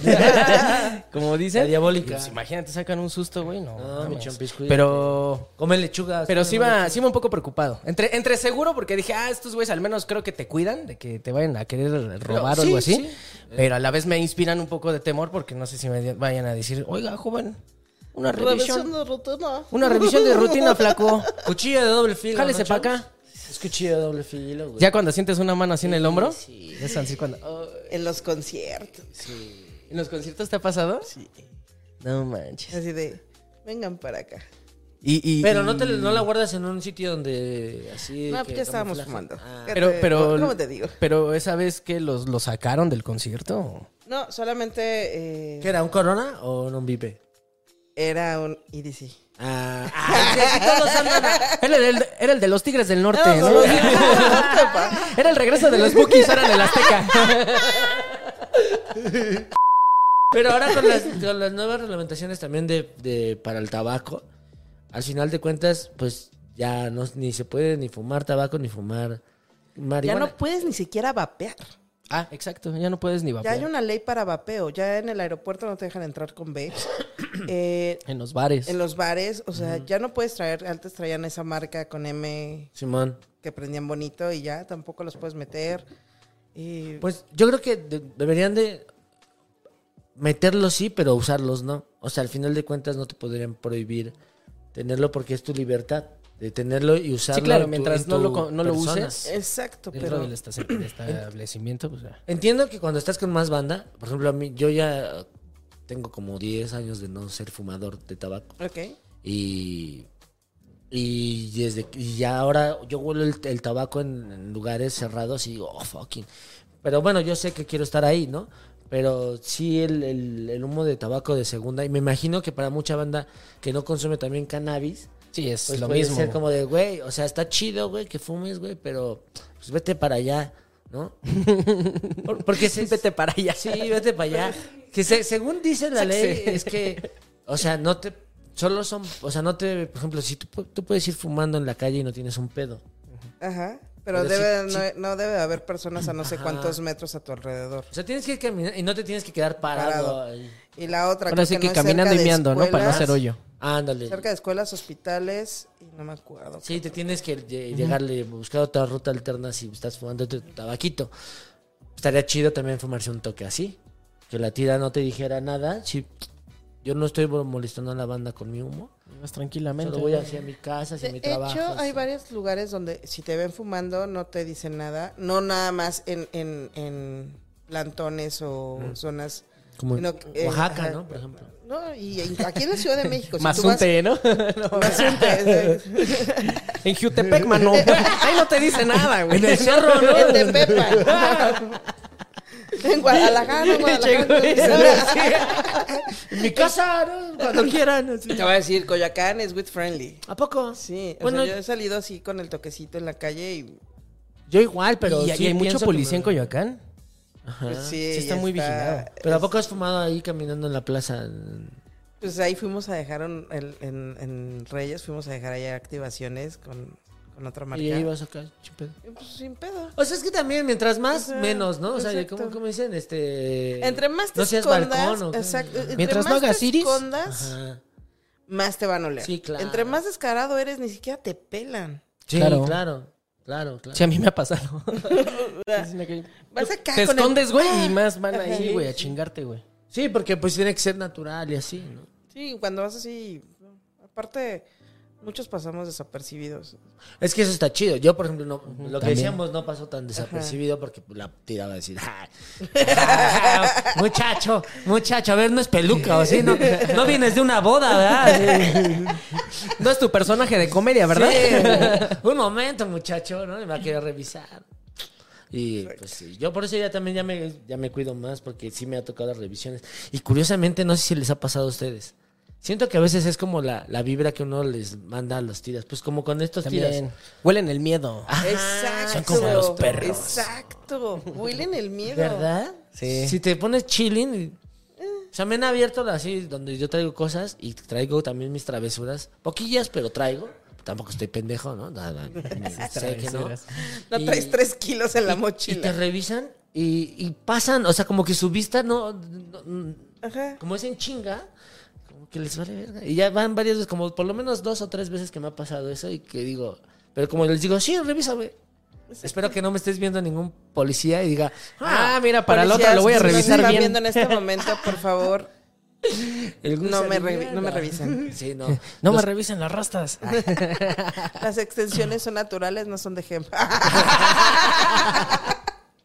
(laughs) como dicen. La diabólica. Y, Pues, imagínate, sacan un susto, güey. No, No, mames. mi chompiscuit. Pero... Come lechugas. Pero come sí iba, sí iba un poco preocupado. Entre, entre seguro, porque dije, ah, estos güeyes al menos creo que te cuidan de que te vayan a querer robar o sí, algo así. sí. Pero a la vez me inspiran un poco de temor porque no sé si me di- vayan a decir, oiga, joven, una Revisión revisión. de rutina. Una revisión de rutina, (laughs) (laughs) flaco. Cuchilla de doble filo. Jálese ¿no, pa' chavos? acá. Es cuchilla de doble filo, güey. Ya cuando sientes una mano así en el hombro. sí. Es así cuando. oh, En los conciertos. ¿En los conciertos te ha pasado? Sí. No manches. Así de, vengan para acá. Y, y- Pero y- no, te, no la guardas en un sitio donde así. No, que pues ya estábamos camuflaje. fumando. Ah. Ya Pero, te- pero. ¿Cómo te digo? Pero esa vez que los, los sacaron del concierto. No, solamente eh, ¿Qué era? ¿Un corona o un vipe? era un E EDC. Ah, Era el, del- era el de los Tigres del Norte, No, ¿no? no, Ah, (laughs) no, Era el regreso de los Bookies, era del Azteca. Pero ahora con las, con las nuevas reglamentaciones también de, de- para el tabaco, al final de cuentas, pues ya no, ni se puede ni fumar tabaco ni fumar (laughs) Ya marihuana. no puedes ni siquiera vapear. Ah, exacto. Ya no puedes ni Ya vapear. hay una ley para vapeo. Ya en el aeropuerto no te dejan entrar con (coughs) vapes. Eh, En los bares. en los bares, o sea, ya no puedes traer. Antes traían esa marca con M Simón. que prendían bonito y ya tampoco los puedes meter. Y Pues yo creo que de- deberían de meterlos sí, pero usarlos no. O sea, al final de cuentas no te podrían prohibir tenerlo porque es tu libertad de tenerlo y usarlo. Sí, claro, en tu- mientras en no tu lo co- no lo persona. uses. exacto, Dentro pero del estaci- del establecimiento, pues ya. Entiendo que cuando estás con más banda, por ejemplo, a mí yo ya tengo como 10 años de no ser fumador de tabaco. ok. Y, y desde y ya ahora yo huelo el, el tabaco en, en lugares cerrados y digo, oh, fucking. Pero bueno, yo sé que quiero estar ahí, ¿no? Pero sí el, el- el humo de tabaco de segunda. Y me imagino que para mucha banda que no consume también cannabis, Sí, es pues lo puede mismo. ser como de, güey, o sea, está chido, güey, que fumes, güey, pero pues vete para allá, (laughs) ¿no? Por- porque sí, vete para allá. Sí, vete para allá. Que se- según dice la ley, es que, o sea, no te, solo son, o sea, no te, por ejemplo, si tú, pu- tú puedes ir fumando en la calle y no tienes un pedo. Ajá. Pero, Pero debe, sí- no, no debe de haber personas a no sé Ajá. cuántos metros a tu alrededor. O sea, tienes que ir caminando y no te tienes que quedar parado. Parado. ahí. Y la otra. Ahora creo sí que no es caminando cerca y de meando, ¿no? Para no escuelas- hacer hoyo. Ándale. Cerca de escuelas, hospitales y no me acuerdo. Sí, te tienes que lle- llegarle, buscar otra ruta alterna si estás fumando tu tabaquito. Estaría chido también fumarse un toque así. Que la tira no te dijera nada. Si yo no estoy molestando a la banda con mi humo. Vas tranquilamente. Solo voy hacia mi casa, hacia De mi hecho, trabajo. hay así. varios lugares donde si te ven fumando no te dicen nada. No nada más en, en, en plantones o zonas. Como en sino que, eh, Mm. Oaxaca, ajá. ¿no? Por ejemplo. No, y en- aquí en la Ciudad de México. Pues si Más tú un vas- té, ¿no? (laughs) Mazunte, sí. En Jutepec, mano. (laughs) Ahí no te dice nada, güey. En el cerro, (laughs) ¿no? (laughs) En Tepepan. En Guadalajara, en Guadalajara. Llegó (laughs) creo que ese, sea. En mi casa, ¿no? Cuando quieran. así. (laughs) Te voy a decir, Coyacán es with friendly. ¿A poco? Sí, o Bueno, sea, yo he salido así con el toquecito en la calle y pues, yo igual, pero. y, y sí hay mucho pienso que policía en me- Coyoacán. Ajá. pues, sí sí, está ya muy vigilado. Pero ¿a poco has fumado ahí caminando en la plaza? Pues ahí fuimos a dejar un- el- en, en Reyes, fuimos a dejar allá activaciones con, con otra marca. Y ahí vas acá, chupé. Y, Pues sin pedo. O sea, es que también mientras más, Ajá, menos, ¿no? O sea, exacto. ¿cómo, cómo dicen? Este... Entre más te no seas escondas, balcón, ¿o qué? exacto, entre Mientras no más te hagas iris. escondas, Ajá. más te van a oler. Sí, claro. Entre más descarado eres, ni siquiera te pelan. Sí, Claro. claro, claro, claro. Sí, a mí me ha pasado. Vas acá Te con el- escondes, güey, Ah. y más van ahí, Ajá. güey, a chingarte, güey. Sí, porque pues tiene que ser natural y así, ¿no? Sí, cuando vas así. Aparte, muchos pasamos desapercibidos. Es que eso está chido. Yo, por ejemplo, no, lo que También. decíamos no pasó tan desapercibido porque la tiraba a decir, "Ah, ah, (laughs) muchacho, muchacho, a ver, no es peluca o sí, no, no vienes de una boda, ¿verdad? (laughs) No es tu (laughs) personaje de comedia, ¿verdad? Sí. (laughs) Un momento, muchacho, ¿no? Y me va a querer revisar. Y pues sí, yo por eso ya también ya me, ya me cuido más porque sí me ha tocado las revisiones. Y curiosamente, no sé si les ha pasado a ustedes. Siento que a veces es como la, la vibra que uno les manda a los tiras. Pues como con estos También. tiras. Huelen el miedo. exacto. son como los perros. Exacto. Huelen el miedo. ¿Verdad? Sí. Si te pones chilling. y- O sea, me han abierto así donde yo traigo cosas y traigo también mis travesuras. Poquillas, pero traigo. Tampoco estoy pendejo, ¿no? Nada, sé que no. travesuras. No Y- traes tres kilos en la Y te mochila. revisan y, y pasan, o sea, como que su vista no, no- no- Ajá. como es en chinga, como que les vale verga. Y ya van varias veces, como por lo menos dos o tres veces que me ha pasado eso y que digo, pero como les digo, sí, revísame. Espero que no me estés viendo ningún policía y diga, ah, Ah, mira, para la Policías, otra lo voy a si nos revisar están bien. viendo (laughs) en este momento, por favor, el no me, gusanillo". revi- no me revisen. (laughs) Sí, no. No me Los- revisen las rastas. Las extensiones son naturales, no son de gema. Ah,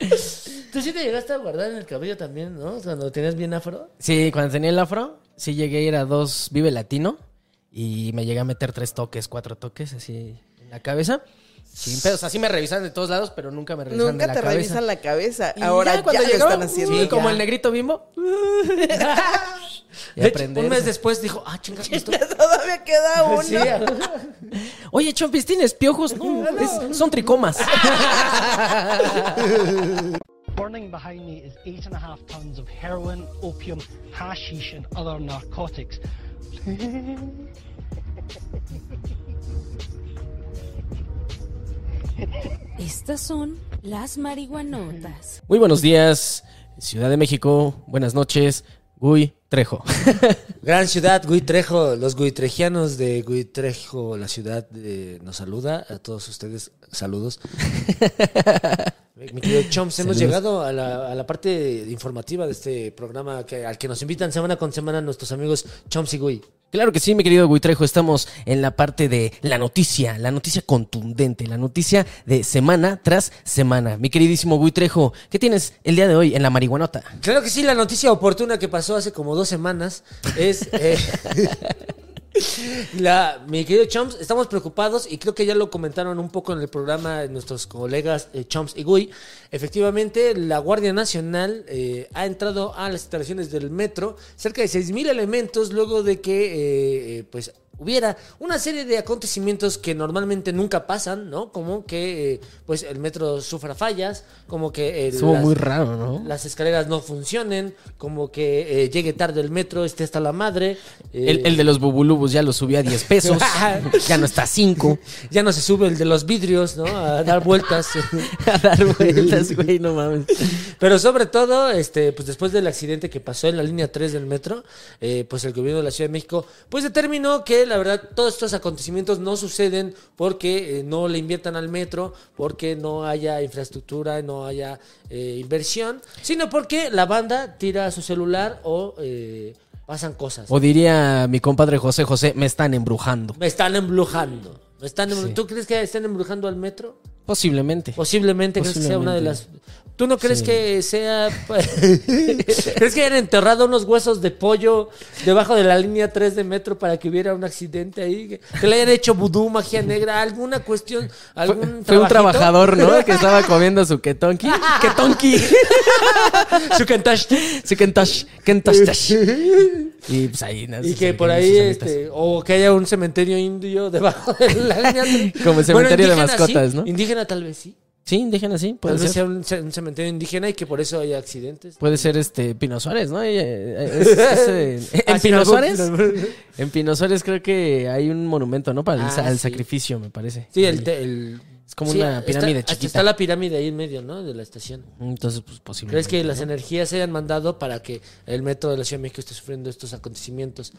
Tú sí te llegaste a guardar en el cabello también, ¿no? Cuando tenías bien afro. Sí, cuando tenía el afro, sí llegué a ir a dos Vive Latino y me llegué a meter tres toques, cuatro toques así en la cabeza. Sin pedos, o sea, sí me revisan de todos lados, pero nunca me revisan de (laughs) Nunca la te cabeza. revisan la cabeza. Y Ahora ya, lo llegaron, están haciendo. uy, Sí, como ya. el negrito bimbo. Y De hecho, aprender. un mes después dijo, ah, (laughs) chinga, esto. (laughs) Todavía (laughs) queda uno. Sí, ajá. Oye, Chompis, ¿tienes piojos? No, es- son tricomas. Burning behind me is eight and a half tons of heroin, opium, hashish, and other narcotics. Estas son las marihuanotas. Muy buenos días, Ciudad de México. Buenas noches, Guy Trejo. (laughs) Gran ciudad, Guitrejo. Los guitrejianos de Guitrejo, la ciudad eh, nos saluda. A todos ustedes, saludos. Mi querido Chomps, Saludos. hemos llegado a la, a la parte informativa de este programa que- al que nos invitan semana con semana nuestros amigos Chomps y Gui. Claro que sí, mi querido Guy Trejo. Estamos en la parte de la noticia, la noticia contundente, la noticia de semana tras semana. Mi queridísimo Guy Trejo, ¿qué tienes el día de hoy en la marihuanota? Claro que sí, la noticia oportuna que pasó hace como dos semanas es... eh, (laughs) la- mi querido Chomps, estamos preocupados y creo que ya lo comentaron un poco en el programa nuestros colegas eh, Chomps y Gui. Efectivamente, la Guardia Nacional eh, ha entrado a las instalaciones del metro, cerca de 6.000 elementos, luego de que eh, eh, pues hubiera una serie de acontecimientos que normalmente nunca pasan, ¿no? Como que eh, pues el metro sufra fallas, como que... el- Estuvo las- muy raro, ¿no? las escaleras no funcionen, como que eh, llegue tarde el metro, esté hasta la madre. eh, El, el de los bubulubus ya lo subió a 10 (laughs) pesos, ya no está a 5. Ya no se sube el de los vidrios, ¿no? A dar vueltas. (laughs) A dar vueltas, güey, no mames. Pero sobre todo, este, pues después del accidente que pasó en la línea 3 del metro, eh, pues el gobierno de la Ciudad de México, pues determinó que la verdad todos estos acontecimientos no suceden porque eh, no le inviertan al metro, porque no haya infraestructura, no haya eh, inversión, sino porque la banda tira su celular o eh, pasan cosas. O diría mi compadre José José, me están embrujando. Me están embrujando. Me están embru- ¿Tú crees que están embrujando al metro? Posiblemente. Posiblemente, crees que sea una de las. Posiblemente. ¿Tú no crees que sea. pues, (laughs) ¿Crees que hayan enterrado unos huesos de pollo debajo de la línea 3 de metro para que hubiera un accidente ahí? Que, que le hayan hecho vudú, magia negra, alguna cuestión. Fue, (laughs) Algún fue un trabajito? trabajador, (laughs) ¿no? Que estaba comiendo su ketonki. (laughs) Ketonki. su kentash. Su kentash. Kentash. tash. Y pues ahí. ¿no? Y Se que le por cayeron ahí, sus alitas. este, o que haya un cementerio indio debajo de la línea (laughs) 3. Como el cementerio de indígena sí, mascotas, ¿no? Indígena tal vez sí. Sí, dejen así. Puede Tal vez ser. sea un, ce- un cementerio indígena y que por eso haya accidentes. Puede ser este Pino Suárez, ¿no? Eh, eh, (laughs) es- es, eh, en Así, Pino algún- Suárez. En Pino Suárez creo que hay un monumento, ¿no? Para el, Ah, sa- al sí. sacrificio, me parece. Sí, el, te- el- Es como sí, una está- pirámide hasta chiquita. está la pirámide ahí en medio, ¿no? De la estación. Entonces, pues posible. ¿Crees que las energías se hayan mandado para que el metro de la Ciudad de México esté sufriendo estos acontecimientos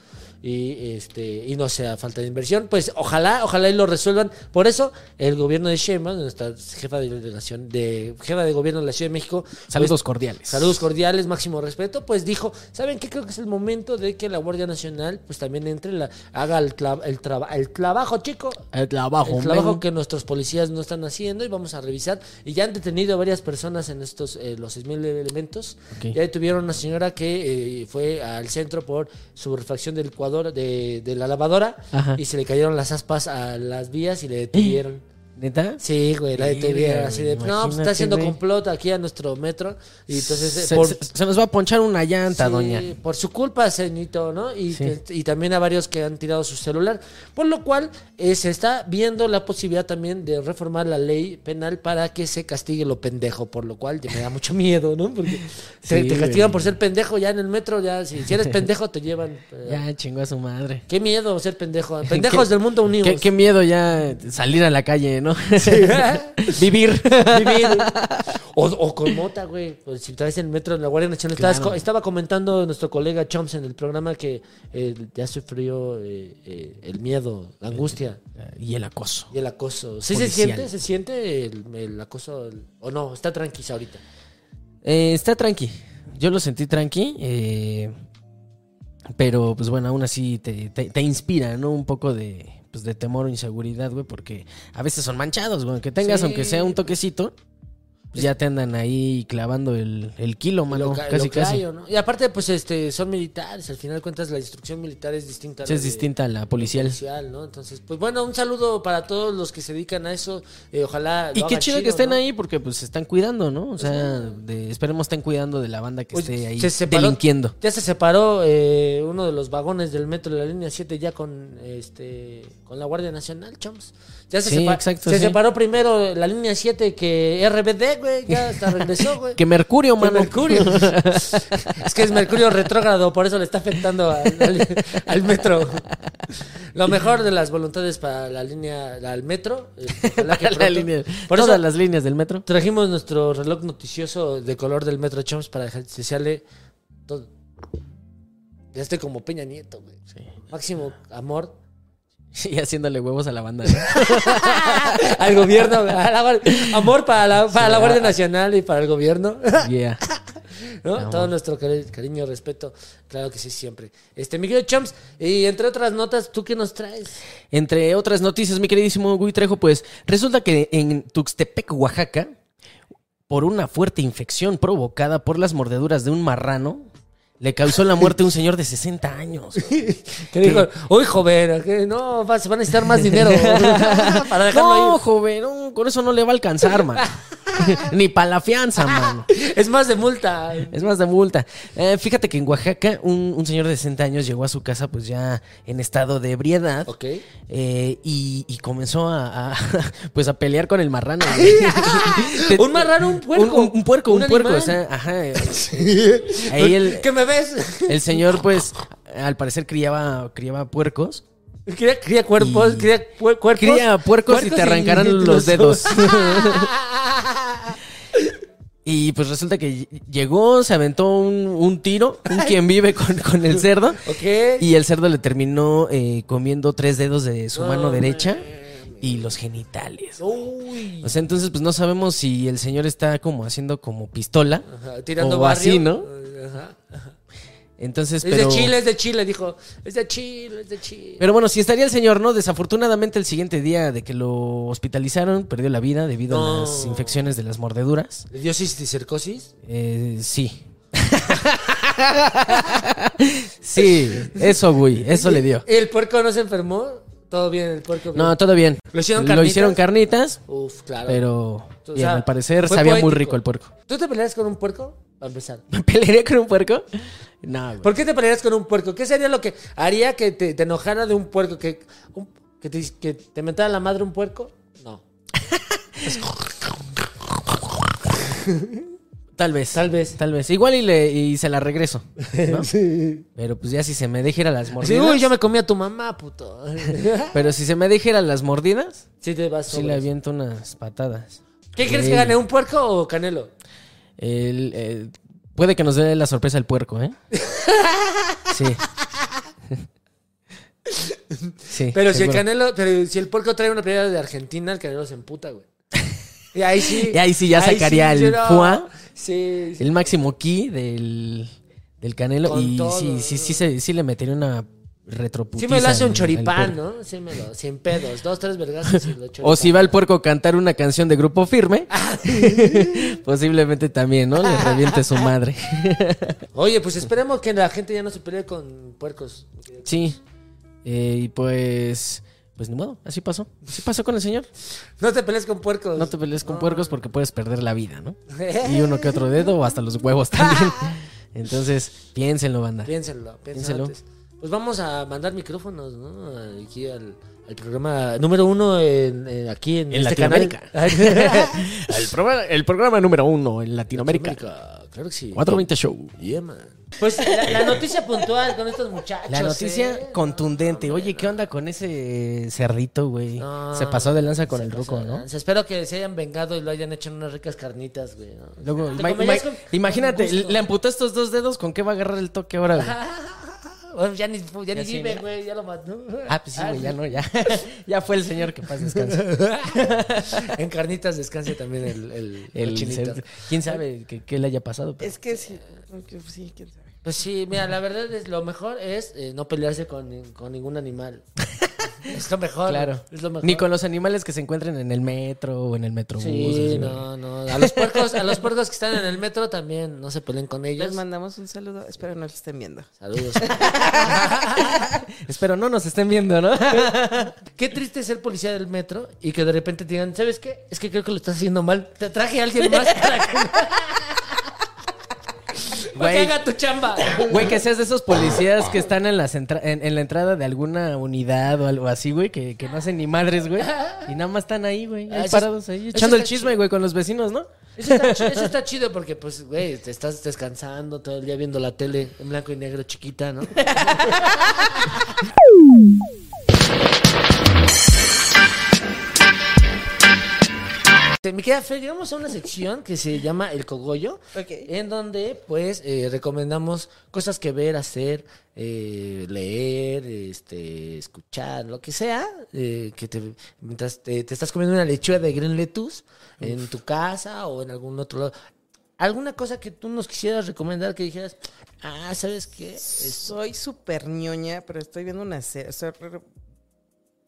y este y no sea falta de inversión? Pues ojalá, ojalá y lo resuelvan. Por eso el gobierno de Sheinbaum, nuestra jefa de delegación de jefa de gobierno de la Ciudad de México, Saludos pues, cordiales. Saludos cordiales, máximo respeto. Pues dijo, ¿saben qué? Creo que es el momento de que la Guardia Nacional pues también entre, la, haga el, tra- el, traba- el trabajo, chico. El trabajo. El trabajo men. que nuestros policías no están haciendo y vamos a revisar. Y ya han detenido a varias personas en estos, eh, los 6.000 elementos. Ok. Ya detuvieron a una señora que eh, fue al centro por su refacción del Ecuador, de, de la lavadora, Ajá. y se le cayeron las aspas a las vías y le (gasps) detuvieron. ¿Neta? Sí, güey, la Verga, detuvieron así de, güey, no, pues, imagínate, está haciendo güey. complot aquí a nuestro metro. Y entonces, eh, se, por- se- se nos va a ponchar una llanta, Sí, doña. Por su culpa, señorito, ¿no? Y, Sí. y también a varios que han tirado su celular. Por lo cual, eh, se está viendo la posibilidad también de reformar la ley penal para que se castigue lo pendejo, por lo cual ya me da mucho (laughs) miedo, ¿no? Porque te, Sí, te castigan güey. por ser pendejo ya en el metro, ya si, (laughs) si eres pendejo te llevan. eh, Ya chingó a su (laughs) madre. Qué miedo (laughs) ser pendejo. Pendejos del mundo unidos. Qué, qué miedo ya salir a la calle, ¿no? (laughs) Vivir. Vivir. O, o con mota, güey. Pues si traes el metro en la Guardia Nacional. Estabas Claro. co- estaba comentando nuestro colega Chomps en el programa que eh, ya sufrió eh, eh, el miedo, la angustia Y el acoso. (laughs) y el acoso. ¿Sí se Policial. siente? ¿Se siente el, el acoso? El- ¿O no? Está tranquila ahorita. Eh, está tranqui. Yo lo sentí tranqui. eh, pero, pues bueno, aún así te, te- te inspira, ¿no? Un poco de, pues, de temor o inseguridad, güey, porque a veces son manchados, güey. Que tengas, Sí. aunque sea un toquecito, pues, ya te andan ahí clavando el, el kilo, mano. Lo ca- casi, lo casi. callo, ¿no? Y aparte, pues este son militares. Al final de cuentas, la instrucción militar es distinta. a Sí, la es de- distinta a la policial. policial, ¿no? Entonces, pues bueno, un saludo para todos los que se dedican a eso. Eh, ojalá. Y lo qué hagan chido que estén ¿no? ahí porque pues se están cuidando, ¿no? O sea, de- esperemos estén cuidando de la banda que Oye, esté ahí se separó- delinquiendo. Ya se separó eh, uno de los vagones del metro de la línea 7 ya con este con la Guardia Nacional, chums. Ya se, Sí, sepa- exacto, se sí. separó primero la línea 7 que RBD, güey, ya hasta (laughs) regresó, güey. Que Mercurio, Fue mano. (laughs) Mercurio. (laughs) es que es Mercurio retrógrado, por eso le está afectando al, al- al metro. Lo mejor de las voluntades para la línea, al metro. eh, (laughs) ojalá que La pronto. línea- Por todas eso las líneas del metro. (laughs) trajimos nuestro reloj noticioso de color del metro Champs para dejar que sale todo. Ya estoy como Peña Nieto, güey. Máximo amor (laughs) Y haciéndole huevos a la banda. ¿no? al gobierno. a la guar- amor para la, para la Guardia Nacional y para el gobierno. (laughs) Yeah. ¿no? Todo nuestro cari- cariño, respeto, claro que sí, siempre. Este, mi querido Champs, y entre otras notas, ¿tú qué nos traes? Entre otras noticias, mi queridísimo Gui Trejo, pues resulta que en Tuxtepec, Oaxaca, por una fuerte infección provocada por las mordeduras de un marrano, le causó la muerte a un señor de 60 años. Que dijo, uy, joven, que no, va- se van a necesitar más (laughs) dinero (laughs) para dejarlo No, ahí. joven, no, con eso no le va a alcanzar, (laughs) man. (laughs) Ni para la fianza, mano. Es más de multa. Es más de multa. Eh, fíjate que en Oaxaca un, un señor de 60 años llegó a su casa pues ya en estado de ebriedad. Ok. Eh, y, y comenzó a, (laughs) a, pues a pelear con el marrano. güey. (laughs) Te- Un marrano, un puerco. Un, un puerco, un, Un puerco. animal. o sea, ajá. (laughs) eh, Ahí el, ¿Qué me ves? el señor, pues, al parecer criaba, criaba puercos. Cría, cría cuerpos, Y- cría puer- cuerpos. Cría puercos, y te arrancarán los, dedos. y pues resulta que ll- llegó, se aventó un, un tiro, un quien vive con, con el (laughs) cerdo. (laughs) ok. Y el cerdo le terminó eh, comiendo tres dedos de su No, mano derecha mames. y los genitales. Uy. O sea, entonces pues no sabemos si el señor está como haciendo como pistola Ajá, Tirando o barrio. así, ¿no? Ajá. Entonces, Es de pero... Chile, es de Chile, dijo. Es de Chile, es de Chile. Pero bueno, si estaría el señor, ¿no? Desafortunadamente el siguiente día de que lo hospitalizaron, perdió la vida debido a No. las infecciones de las mordeduras. ¿Le dio cisticercosis? Eh, sí. (laughs) sí, eso, güey, eso le dio. ¿El puerco no se enfermó? Todo bien, el puerco. No, todo bien. ¿Lo hicieron Lo carnitas? hicieron carnitas, Uf, claro. pero O bien, sea, al parecer fue sabía muy poético. rico el puerco. (laughs) ¿Tú te pelearías con un puerco? Para empezar. ¿Me pelearía con un puerco? No, güey. Pues. ¿Por qué te pelearías con un puerco? ¿Qué sería lo que haría que te, te enojara de un puerco? ¿Que, un- que, te, que te mentara la madre un puerco? No. Tal vez. Tal vez. Tal vez. Igual y, le, y se la regreso. (laughs) ¿no? Pero pues ya si se me deja ir a las Así, mordidas. uy, yo me comí a tu (laughs) mamá, puto. Pero si se me deja ir a las mordidas, sí, te vas sí le sobres. aviento unas patadas. ¿Qué crees Sí. que gane, un puerco o Canelo? El, eh, puede que nos dé la sorpresa el (laughs) puerco, ¿eh? Sí. sí. Pero si el seguro. Canelo, pero si el puerco trae una pelea de Argentina, el Canelo se emputa, güey. Y ahí sí. (laughs) Y ahí sí ya sacaría el yo fuá. Sí, sí. El máximo ki del, del canelo. Con y todo. sí, sí, sí, se- sí le metería una Sí retroputiza. me lo hace al- un al choripán, puerco. ¿no? Sí me lo, sin pedos, dos, tres vergazos y lo (laughs) choripán. O si va el puerco a cantar una canción de grupo firme, Ah, (laughs) posiblemente también, ¿no? Le reviente su madre. Oye, pues esperemos que la gente ya no se pelee con puercos. sí. Eh, y pues, pues ni modo, así pasó. Así pasó con el señor. No te pelees con puercos. No te pelees con (laughs) puercos porque puedes perder la vida, ¿no? (laughs) Y uno que otro dedo o hasta los huevos también. (laughs) Entonces, piénsenlo, banda. Piénsenlo, Piénselo. piénsenlo. antes. Pues vamos a mandar micrófonos, ¿no? Aquí al, al programa número uno en, en- aquí (laughs) en, En este Latinoamérica. canal. El, programa, el programa número uno en Latinoamérica. América, Claro que sí. 420 Show. Yeah, man. Pues la, la noticia puntual con estos muchachos. La noticia ¿eh? contundente. Oye, ¿qué onda con ese cerdito, güey? No. se pasó de lanza con Se el pasó ruco, de ¿no? lanza. Espero que se hayan vengado y lo hayan hecho en unas ricas carnitas, güey. ¿no? Luego, Te ima- comerías ima- con- imagínate, con gusto. le amputó estos dos dedos, ¿con qué va a agarrar el toque ahora, (laughs) güey? Bueno, ya ni, ya ni sí, vive, ¿no? güey, ya lo mató. Ah, pues sí, güey, (laughs) ya no, ya. ya fue el señor que paz descansa. En carnitas descanse también el, el, (laughs) El el chinito. cerdo. ¿Quién sabe qué, qué le haya pasado? pero- Es que sí, que sí, quién sabe. Pues sí, mira, la verdad es lo mejor es eh, no pelearse con, con (laughs) ningún animal. es lo mejor. Claro. Es lo mejor. Ni con los animales que se encuentren en el metro o en el metrobús. Sí, así, güey. no, no. A los puercos, a los puercos que están en el metro también no se peleen con ellos. Les mandamos un saludo. Espero no lo estén viendo. (laughs) Saludos. (laughs) Espero no nos estén viendo, (laughs) ¿no? Qué triste es ser policía del metro y que de repente te digan, ¿sabes qué? Es que creo que lo estás haciendo mal. Te traje a alguien más para que... Para que Güey. haga tu chamba. Güey, que seas de esos policías que están en, las entra- en, en la entrada de alguna unidad o algo así, güey, que, que no hacen ni madres, güey. Y nada más están ahí, güey, Ah, ahí eso parados es- ahí, eso echando el está chisme, chido. güey, con los vecinos, ¿no? Eso está, chi- eso está chido porque, pues, güey, te estás descansando todo el día viendo la tele en blanco y negro chiquita, (laughs) ¿no? Este, Mi querida Fer, llegamos a una sección que se llama El Cogollo, Ok. en donde pues eh, recomendamos cosas que ver, hacer, eh, leer, este, escuchar, lo que sea, eh, que te, mientras te, te estás comiendo una lechuga de Green Lettuce en tu casa o en algún otro lado. ¿Alguna cosa que tú nos quisieras recomendar que dijeras, ah, ¿sabes qué? Es- Soy súper ñoña, pero estoy viendo una serie. Estoy re- re-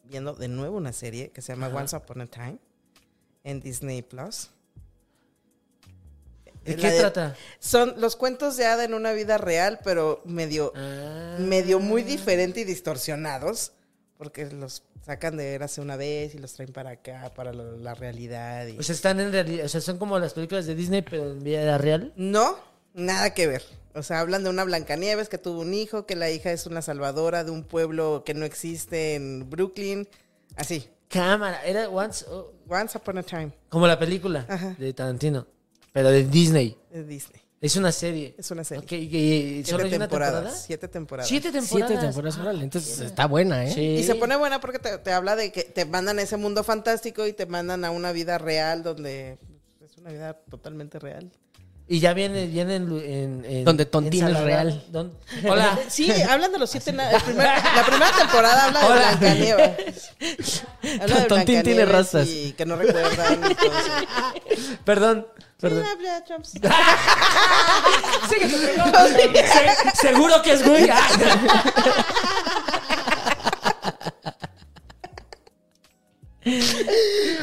viendo de nuevo una serie que se llama Once Upon a Time en Disney Plus. Eh, ¿De La qué trata? Son los cuentos de Ada en una vida real, pero medio, Ah, medio muy diferente y distorsionados. Porque los sacan de hace una vez y los traen para acá, para lo- la realidad. y- o sea, están en realidad, o sea, son como las películas de Disney, pero en vida real. No, nada que ver. O sea, hablan de una Blancanieves que tuvo un hijo, que la hija es una salvadora de un pueblo que no existe en Brooklyn. Así. Cámara, era once, oh, Once Upon a Time Como la película Ajá. de Tarantino, pero de Disney. de eh, Disney. Es una serie. Es una serie. Ok, y- y- y ¿Solo Siete hay una temporadas. temporada? Siete temporadas. Siete temporadas. Siete temporadas, Ah, órale, entonces está buena, ¿eh? sí. Y se pone buena porque te, te habla de que te mandan a ese mundo fantástico y te mandan a una vida real donde pues, es una vida totalmente real. Y ya viene, viene en, en- en- Donde Tontín en es Salada- real. Don- (laughs) Hola. (laughs) Sí, hablan de los siete. na- el primer- la primera temporada habla de Hola. Blancanieves. (laughs) Habla de Tontín tiene Blancanieves razas. Y que no recuerdan. y todo eso. (laughs) Perdón. Perdón. Perdón. Se- seguro que es güey. Ah.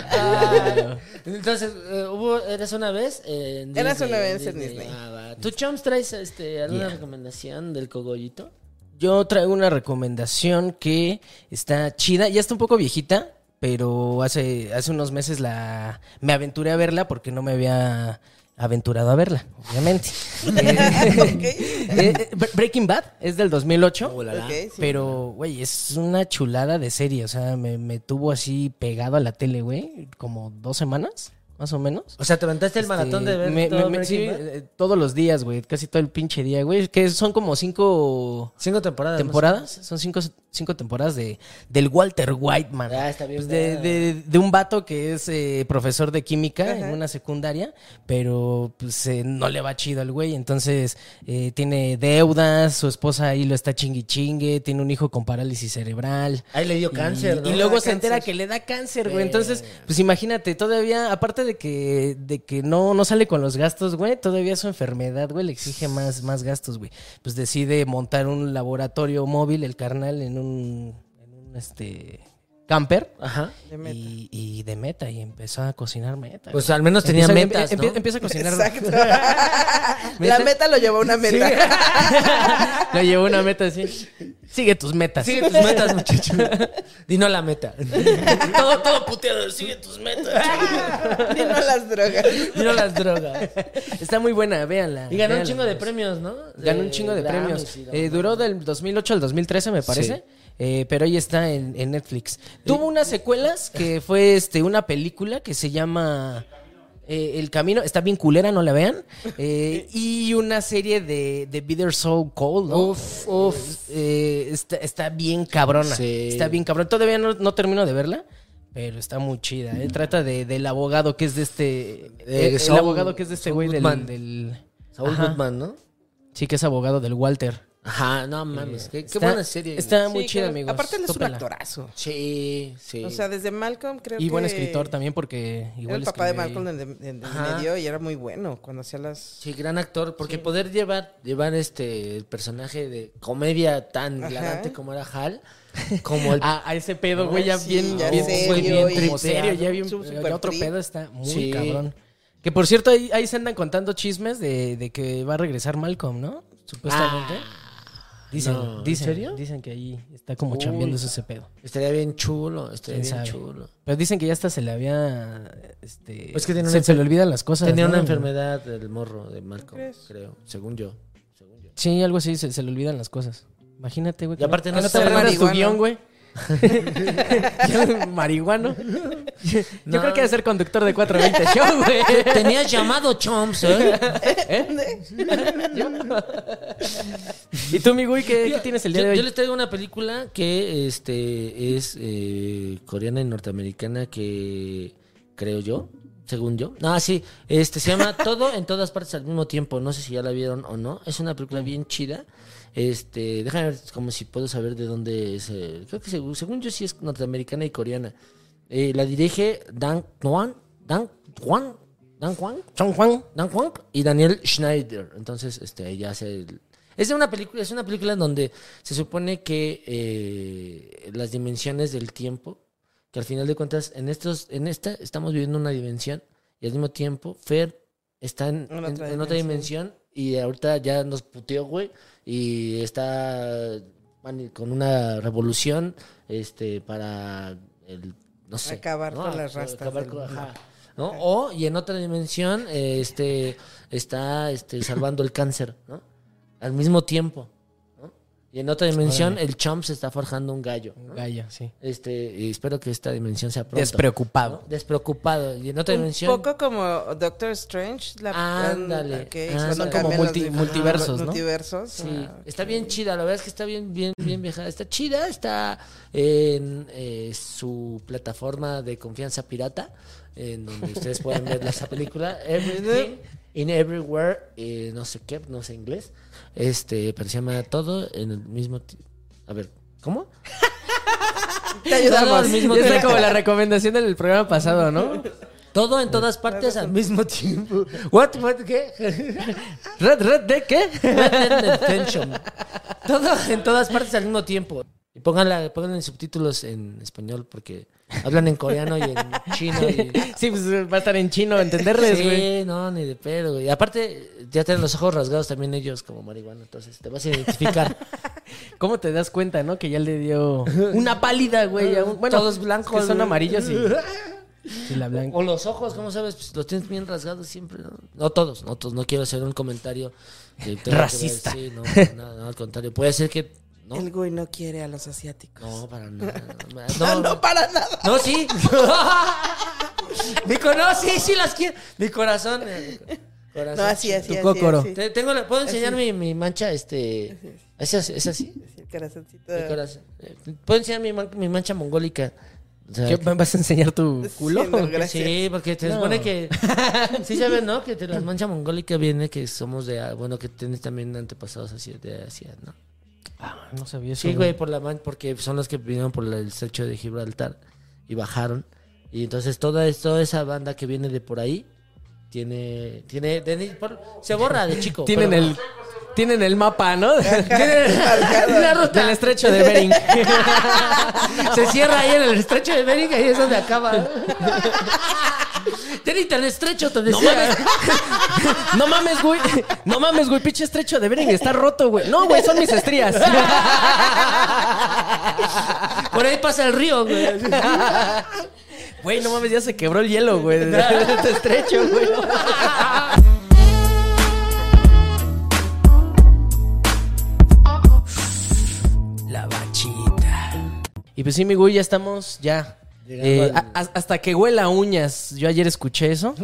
Ah, Entonces, eh, hubo, eras una vez en Eras una vez en Disney. Ah, va. ¿Tú, Chomps, traes este, alguna recomendación del cogollito? (laughs) Yo traigo una recomendación que está chida, ya está un poco viejita, pero hace, hace unos meses la me aventuré a verla porque no me había aventurado a verla, (laughs) obviamente. Eh, eh, Bre- Breaking Bad es del 2008. Oh, Ok, sí. Pero, güey, es una chulada de serie. O sea, me, me tuvo así pegado a la tele, güey, como dos semanas, más o menos. O sea, te aventaste el maratón de Este, ver me- todo me- me- sí, Breaking Bad? eh, todos los días, güey, casi todo el pinche día, güey. Que son como cinco Cinco temporadas. más o temporadas, son cinco, cinco temporadas de, del Walter White, man. Ah, está bien Pues de, verga. de- de un vato que es eh, profesor de química en una secundaria, pero pues eh, no le va chido al güey, entonces eh, tiene deudas, su esposa ahí lo está chingui chingue, tiene un hijo con parálisis cerebral. Ahí le dio Y- cáncer, y, ¿no? luego Ah, se entera cáncer. que le da cáncer, güey. Verga. Entonces, pues imagínate, todavía, aparte de que, de que no, no sale con los gastos, güey, todavía su enfermedad, güey, le exige más, más gastos, güey. Pues decide montar un laboratorio móvil, el carnal, en un, en un este camper. Ajá. De meta. Y, y de meta, y empezó a cocinar meta. Pues güey. al menos tenía Empieza- metas, empie- ¿no? empie- Empieza a cocinar. Exacto. (laughs) La meta lo llevó a una meta. Le llevó una meta así. (laughs) Sigue tus metas. (laughs) Sigue tus metas, muchacho. Dino la meta. todo, todo puteado. Sigue tus (laughs) (laughs) metas. Y no las drogas. Dino las drogas. Está muy buena, véanla. Y ganó un véanla. chingo de premios, ¿no? Ganó un chingo de Grammys premios. y la Eh, mamá. duró del 2008 al 2013, me parece. Sí. Eh, pero ahí está en, en Netflix. Tuvo unas secuelas que fue este una película que se llama eh, El Camino. Está bien culera, no la vean. Eh, y una serie de, de Bitter Soul Cold. ¿no? Uf, uf. Eh, está, está bien cabrona. Sí. Está bien cabrona. Todavía no, no termino de verla. Pero está muy chida. eh. Trata de, del abogado que es de este. De el, el Mm. Eh, Saul- abogado que es de este Saul güey del. Goodman. del Saúl Ajá. Goodman, ¿no? Sí, que es abogado del Walter. Ajá, no mames. Qué, qué Está- buena serie. Está Sí, muy chida, claro. amigos. Aparte, él es un Tópenla. actorazo. Sí, sí. O sea, desde Malcolm creo que. Y buen escritor también, porque Era igual. el papá de escribe ahí. Malcolm en el en el Ajá. medio y era muy bueno cuando hacía las. Sí, gran actor, porque poder llevar, llevar este el personaje de comedia tan Ajá. hilarante como era (laughs) Hal, como el A, a ese pedo, güey, ya Sí, bien, ya bien, serio güey, bien y tripeado, serio, ya bien, súper ya otro trip. pedo está muy Sí. cabrón. Que por cierto, ahí, ahí se andan contando chismes de, de que va a regresar Malcolm, ¿no? Supuestamente. Ah, dicen, no. dicen, ¿En serio? dicen que ahí está como chambeando ese pedo. Estaría bien chulo, estaría Quién bien sabe. chulo. Pero dicen que ya hasta se le había. Este, Pues que tiene se, una se le olvidan las cosas. Tenía ¿no? una enfermedad el morro de Malcolm, creo, según yo. según yo. Sí, algo así, se, se le olvidan las cosas. Imagínate, güey. Y aparte que no no se te sabe aprendas tu marihuano. guión, (laughs) güey. Yo, marihuano. Yo No. creo que va a ser conductor de 420 (laughs) Show, güey. Tenías llamado Chomps, (laughs) ¿eh? ¿Y tú, mi güey, qué, qué tienes el día yo, de hoy? yo les traigo una película que este es eh, coreana y norteamericana que creo yo, según yo. Ah, sí, este se (laughs) llama Todo en todas partes al mismo tiempo. No sé si ya la vieron o no. Es una película bien chida. Este, déjame ver como si puedo saber de dónde es. eh, creo que según, según yo sí es norteamericana y coreana. Eh, la dirige Dan Juan, Dan Juan, Dan Juan, Chong Juan. Dan Kwang y Daniel Schneider. Entonces, este, ella hace el- Es de una película, es una película en donde se supone que eh, las dimensiones del tiempo, que al final de cuentas, en estos, en esta estamos viviendo una dimensión, y al mismo tiempo, Fer está en, En en- otra en otra dimensión, y ahorita ya nos puteó, güey, y está mani- con una revolución este para el no sé Acabar con las Ac- rastas acabar del con- mundo. ajá. ¿no? O, y en otra dimensión, eh, este, está este, salvando el cáncer, ¿no? Al mismo tiempo, ¿no? Y en otra dimensión, el chomp se está forjando un gallo, ¿no? Gallo, Ah, sí. Este, y espero que esta dimensión sea pronto. Despreocupado. ¿no? Despreocupado. Y en otra Un dimensión... poco como Doctor Strange. La, Ándale, que ándale. cuando Son como cambian los multi- dif- multiversos, los ¿no? Multiversos. Sí, ah. está bien chida, la verdad es que está bien, bien, bien vieja. Está chida, está en eh, su plataforma de confianza pirata, en donde ustedes pueden (laughs) ver esa película. Everything in Everywhere, eh, no sé qué, no sé inglés. Este, pero se llama todo en el mismo. ti- A ver, ¿cómo? Te ayudamos. Al mismo Esa es tiempo. como la recomendación del programa pasado, (laughs) ¿no? Todo Ah, en todas partes al mismo tiempo. What, what, (laughs) qué? ¿Red, red de qué? Mantengan attention. Todo en todas partes al mismo tiempo. Y pónganla, pónganle subtítulos en español porque hablan en coreano y en chino. y- (laughs) Sí, pues va a estar en chino, entenderles, Sí, güey. no, ni de pedo, güey. Y aparte, ya tienen los ojos rasgados también ellos como marihuana, entonces te vas a identificar. ¿Cómo te das cuenta, no? Que ya le (laughs) dio una pálida, güey. a un- Bueno, Todos blancos, Que son güey. amarillos (laughs) y. y la blanca. O los ojos, ¿cómo sabes? Pues los tienes bien rasgados siempre, ¿no? No todos, no todos. No quiero hacer un comentario que tenga que ver- Racista. Sí, no, para nada, no, al contrario. Puede ser que. No, El güey no quiere a los asiáticos. no, para nada. Ah, No, no, para nada. No, sí. (laughs) mi corazón, no, sí, sí las quiero. Mi corazón. eh, corazón. No, así, así, tu así. cócoro. así. Te- tengo la- ¿Puedo enseñar mi, mi mancha? Este, ¿Es así? ¿Es así? El corazoncito. Mi corazón. Eh, ¿Puedo enseñar mi, man- mi mancha mongólica? O sea, ¿Qué, ¿Me vas a enseñar tu culo? Sí, no, gracias. Sí, porque te supone (laughs) que. Sí, saben, ¿no? Que de la mancha mongólica viene que somos de. ah, Bueno, que tienes también antepasados así de Asia, ¿no? Ah, (laughs) no sabía eso. Sí, güey, por la man- porque son los que vinieron por la- el estrecho de Gibraltar y bajaron. Y entonces toda, es- toda esa banda que viene de por ahí tiene. tiene de- por- se borra de (laughs) chico. Tienen pero- el. Tienen el mapa, ¿no? (laughs) Tienen Marcado. la ruta. Del estrecho de Bering. (laughs) Se cierra ahí en el estrecho de Bering y ahí es (laughs) donde acaba. Tiene tan estrecho, te decía. No mames, güey. No mames, güey. Pinche estrecho de Bering está roto, güey. No, güey, son mis (laughs) estrías. por ahí pasa el (laughs) río, güey. Güey, no mames, ya se quebró el hielo, güey. (laughs) de Este estrecho, güey. La bachita. Y pues sí, mi güey, ya estamos, ya. Llegando Eh, al- a- a- hasta que huela a uñas. Yo ayer escuché eso.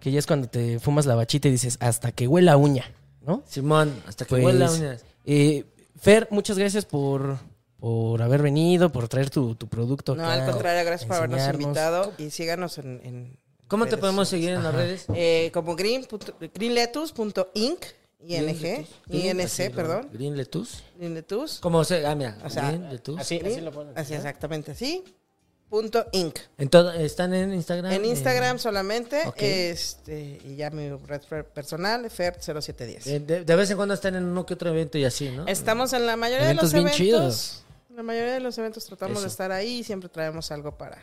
Que ya es cuando te fumas la bachita y dices, hasta que huela a uña, ¿no? Simón, hasta que Pues, huela uñas. eh, Fer, muchas gracias por, por haber venido, por traer tu, tu producto. No, acá, al contrario, gracias por habernos enseñarnos. invitado y síganos en. en ¿Cómo te redes podemos seguir en las redes? Eh, como green punto- greenletus.inc, ING, Así, INC, perdón, Green Letus. greenletus, ¿Cómo se? Ah, mira. O sea, Green Letus. así exactamente así, punto inc. En todo- ¿Están en Instagram? En Eh, Instagram solamente, ok. este, y ya mi red fer- personal, De, Fer0710. Eh, de- de vez en cuando están en uno que otro evento y así, ¿no? Estamos en la mayoría de Eventos los bien eventos. chidos. La mayoría de los eventos tratamos Eso. de estar ahí y siempre traemos algo para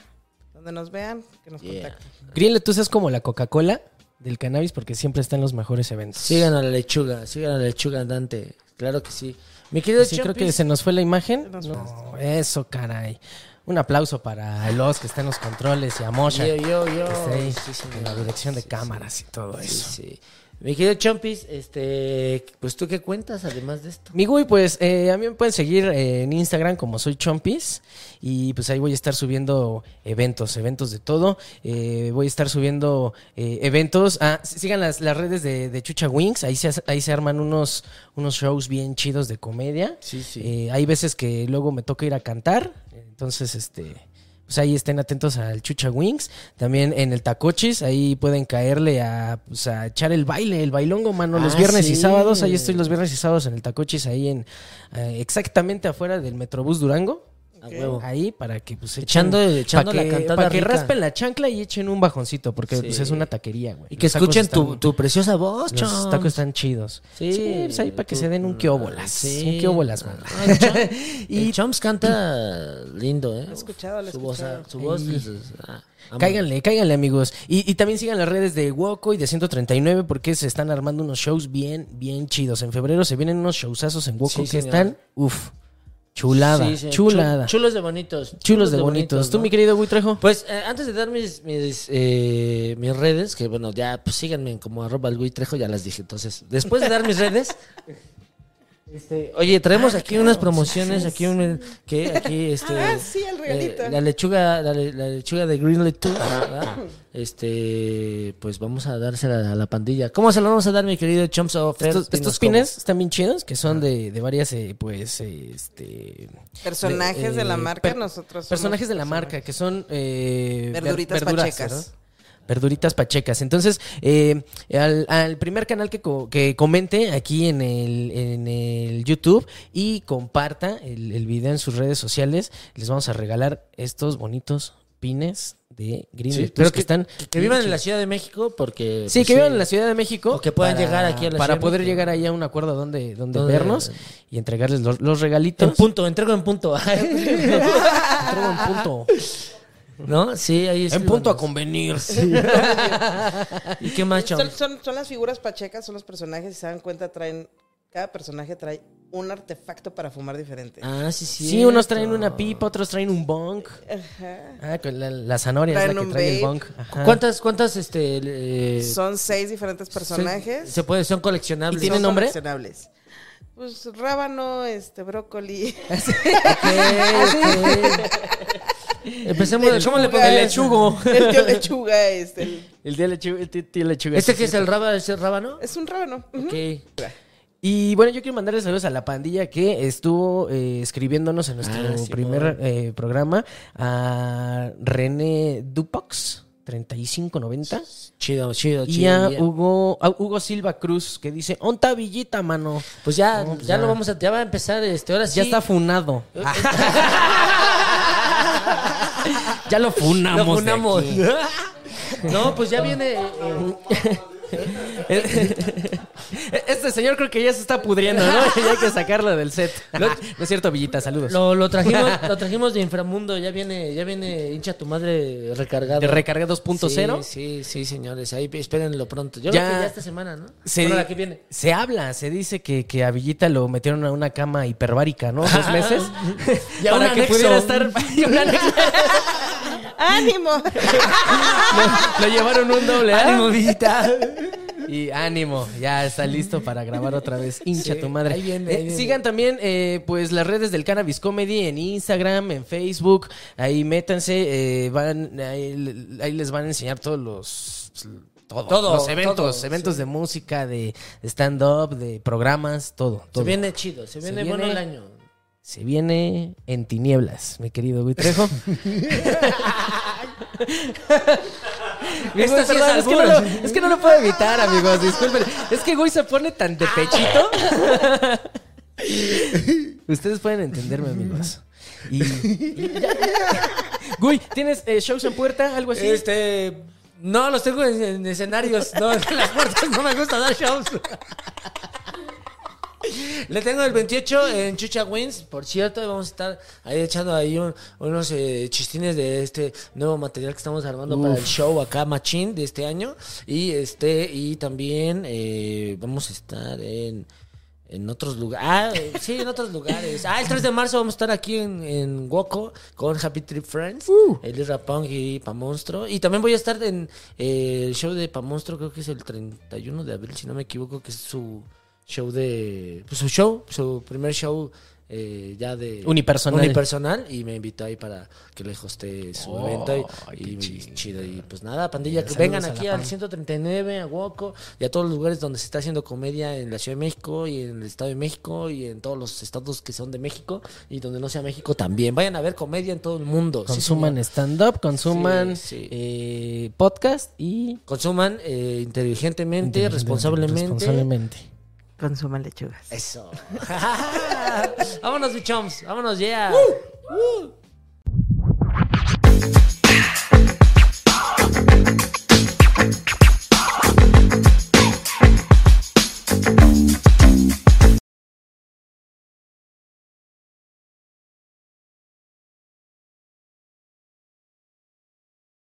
donde nos vean, que nos Yeah. contacten. Green Letus es como la Coca-Cola del cannabis porque siempre está en los mejores eventos. Sigan a la lechuga, sigan a la lechuga andante. Claro que sí. Mi querido Sí, creo Chompis, que se nos fue la imagen. nos No, eso, caray. Un aplauso para los que está en los controles y a Mosha. Yo, yo, yo. que está ahí Sí, señor. en la dirección de Sí, cámaras y todo sí, eso. sí. Mi querido Chompis, este, pues tú qué cuentas además de esto. Mi güey, pues eh, a mí me pueden seguir eh, en Instagram como soy Chompis y pues ahí voy a estar subiendo eventos, eventos de todo. Eh, voy a estar subiendo eh, eventos. Ah, sí, sigan las, las redes de, de Chucha Wings, ahí se, ahí se arman unos, unos shows bien chidos de comedia. Sí, sí. Eh, hay veces que luego me toca ir a cantar, entonces este... Pues ahí estén atentos al Chucha Wings, también en el Tacochis, ahí pueden caerle a, pues, a echar el baile, el bailongo, mano, los Ah, viernes y sí. sábados, ahí estoy los viernes y sábados en el Tacochis, ahí en eh, exactamente afuera del Metrobús Durango. A huevo. Ahí para que pues echen- Echando- echando pa' la que, cantada Para que rica. raspen la chancla y echen un bajoncito, porque Sí. pues, es una taquería, güey. Y que Los tacos escuchen tu, están- tu preciosa voz, Chomps. Los tacos están chidos. Sí, Sí, pues ahí para que tú- se den un quiobolas. Sí. Un quiobolas, mano. Ah, el Chomps- (laughs) Y- el Chomps canta lindo, ¿eh? Lo he escuchado, lo he su voz, escuchado. Su voz, Ey. dices, ah, amo. Cáiganle, cáiganle, amigos. Y, y también sigan las redes de Woco y de 139 porque se están armando unos shows bien, bien chidos. En febrero se vienen unos showsazos en Woco Sí, que señor. están, uff, chulada, Sí, sí, chulada. chul- Chulos de bonitos. chulos de bonitos. ¿Tú, ¿no? mi querido Buitrejo? Pues eh, antes de dar mis, mis, eh, mis redes, que bueno, ya pues, síganme en como arroba el güey Trejo, ya las dije. Entonces, después de dar mis redes, este, oye, traemos Ah, aquí unas promociones, aquí un que aquí este Ah, sí, el regalito. eh, la lechuga, la, le- la lechuga de Green Lettuce, ¿verdad? Este, pues vamos a dársela a la pandilla. ¿Cómo se la vamos a dar, mi querido Chomps o Fer? Estos, Dinos estos cómo. pines están bien chidos, que son de, de varias, eh, pues, eh, este... Personajes de la marca, Eh, per- nosotros somos Personajes de la marca, que son... eh, ver- Verduritas verduras, pachecas. ¿verdad? Verduritas pachecas. Entonces, eh, al, al primer canal que, co- que comente aquí en el, en el YouTube y comparta el, el video en sus redes sociales, les vamos a regalar estos bonitos pines de Green Sí, Lettuce pero que, están Que vivan en la Ciudad de México porque... Sí, pues, que vivan en la Ciudad de México. O que puedan llegar aquí a la Ciudad Para de poder México. llegar ahí a un acuerdo donde, donde, Donde- vernos y entregarles los, los regalitos. (laughs) En punto, entrego en punto. Entrego en punto. ¿No? Sí, ahí es. En punto a convenir. ¿Y qué más, Son, Chomps? son, son las figuras pachecas, son los personajes, si se dan cuenta, traen, cada personaje trae un artefacto para fumar diferente. Ah, sí, sí. Sí, unos traen una pipa, otros traen un bong. Ah, con la, la zanahoria es Traen la que un trae el vape. bong. (laughs) Ajá. ¿Cuántas, cuántas, este. eh, Son seis diferentes personajes. Se, se puede, son coleccionables. ¿Y tienen Son nombre? coleccionables. Pues rábano, (laughs) este, brócoli. Ok, ok. Empecemos de. ¿Cómo le pongo pongo el El tío lechuga, este. el- El día lechuga. El tío lechuga. ¿Este que es el rábano? ¿Es el rábano? es (laughs) un rábano. Ok. Y bueno, yo quiero mandarle saludos a la pandilla que estuvo eh, escribiéndonos en nuestro Ah, sí, primer eh, programa a René Dupox, 3590. Chido, chido, Y uh, chido. a bien. Hugo, a Hugo Silva Cruz, que dice, onta villita, mano. Pues ya, No, pues ya, ya. lo vamos a. Ya va a empezar, este. Ahora sí. Ya está funado. ya lo funamos. Lo de funamos. aquí. (laughs) No, pues ya viene. eh, Este señor creo que ya se está pudriendo, (laughs) ¿no? ya hay que sacarlo del set. Ah, no es cierto, Villita, saludos. Lo, lo trajimos, lo trajimos de inframundo, ya viene, ya viene hincha tu madre recargado. de recarga 2.0. Sí, sí, sí, señores. Ahí espérenlo pronto. Yo Ya- creo que ya esta semana, ¿no? Se, Bueno, la que viene. se habla, se dice que, que a Villita lo metieron a una cama hiperbárica, ¿no? (laughs) Dos meses. Y a un para que anexo. pudiera (laughs) estar. y un anexo. ¡Ánimo! lo, lo llevaron un doble, ¿ah? Ánimo, Villita. Y ánimo, ya está listo para grabar otra vez. Hincha Sí, tu madre. ahí viene, ahí Eh, viene. Sigan también eh, pues las redes del Cannabis Comedy en Instagram, en Facebook. Ahí métanse, eh, van, ahí, ahí les van a enseñar todos los todos Todo, los eventos, todo, eventos de música, de stand up, de programas, todo, Se todo. viene chido, se viene, viene- bueno el año. Se viene en tinieblas, mi querido Gui Trejo. Amigo, Esto sí perdón, es, es que no albur. lo, (laughs) es que no lo puedo evitar, amigos, disculpen. Es que Gui se pone tan de pechito. (laughs) Ustedes pueden entenderme, amigos. Y, y ya. Gui, ¿tienes eh, shows en puerta? ¿Algo así? Este. No, los tengo en, en escenarios. No, (laughs) en las puertas no me gusta dar shows. Le tengo el 28 en Chucha Wins, por cierto, y vamos a estar ahí echando ahí un- unos eh, chistines de este nuevo material que estamos armando para el show acá Machín de este año y este y también eh, vamos a estar en En otros lugares. Ah, eh, sí, en otros lugares. Ah, el 3 de marzo vamos a estar aquí en, en Woco con Happy Trip Friends, el Rapong y Pamonstro. Y también voy a estar en eh, el show de Pamonstro, creo que es el 31 de abril, si no me equivoco, que es su show de. Pues, su show, su primer show. eh, ya de Unipersonal. unipersonal y me invitó ahí para que le hoste su Oh, evento y, ay, y qué chido. chido. y pues nada pandilla que Saludos vengan a la aquí al pan. 139 a Huoco y a todos los lugares donde se está haciendo comedia en la Ciudad de México y en el Estado de México y en todos los estados que son de México y donde no sea México también. Vayan a ver comedia en todo el mundo. Sí, Consuman señor. stand-up, consuman Sí, sí. eh, podcast y... Consuman eh, inteligentemente, responsablemente. responsablemente. (laughs) Consuma lechugas. Eso. Vámonos, bichoms. Vámonos, yeah. Uh.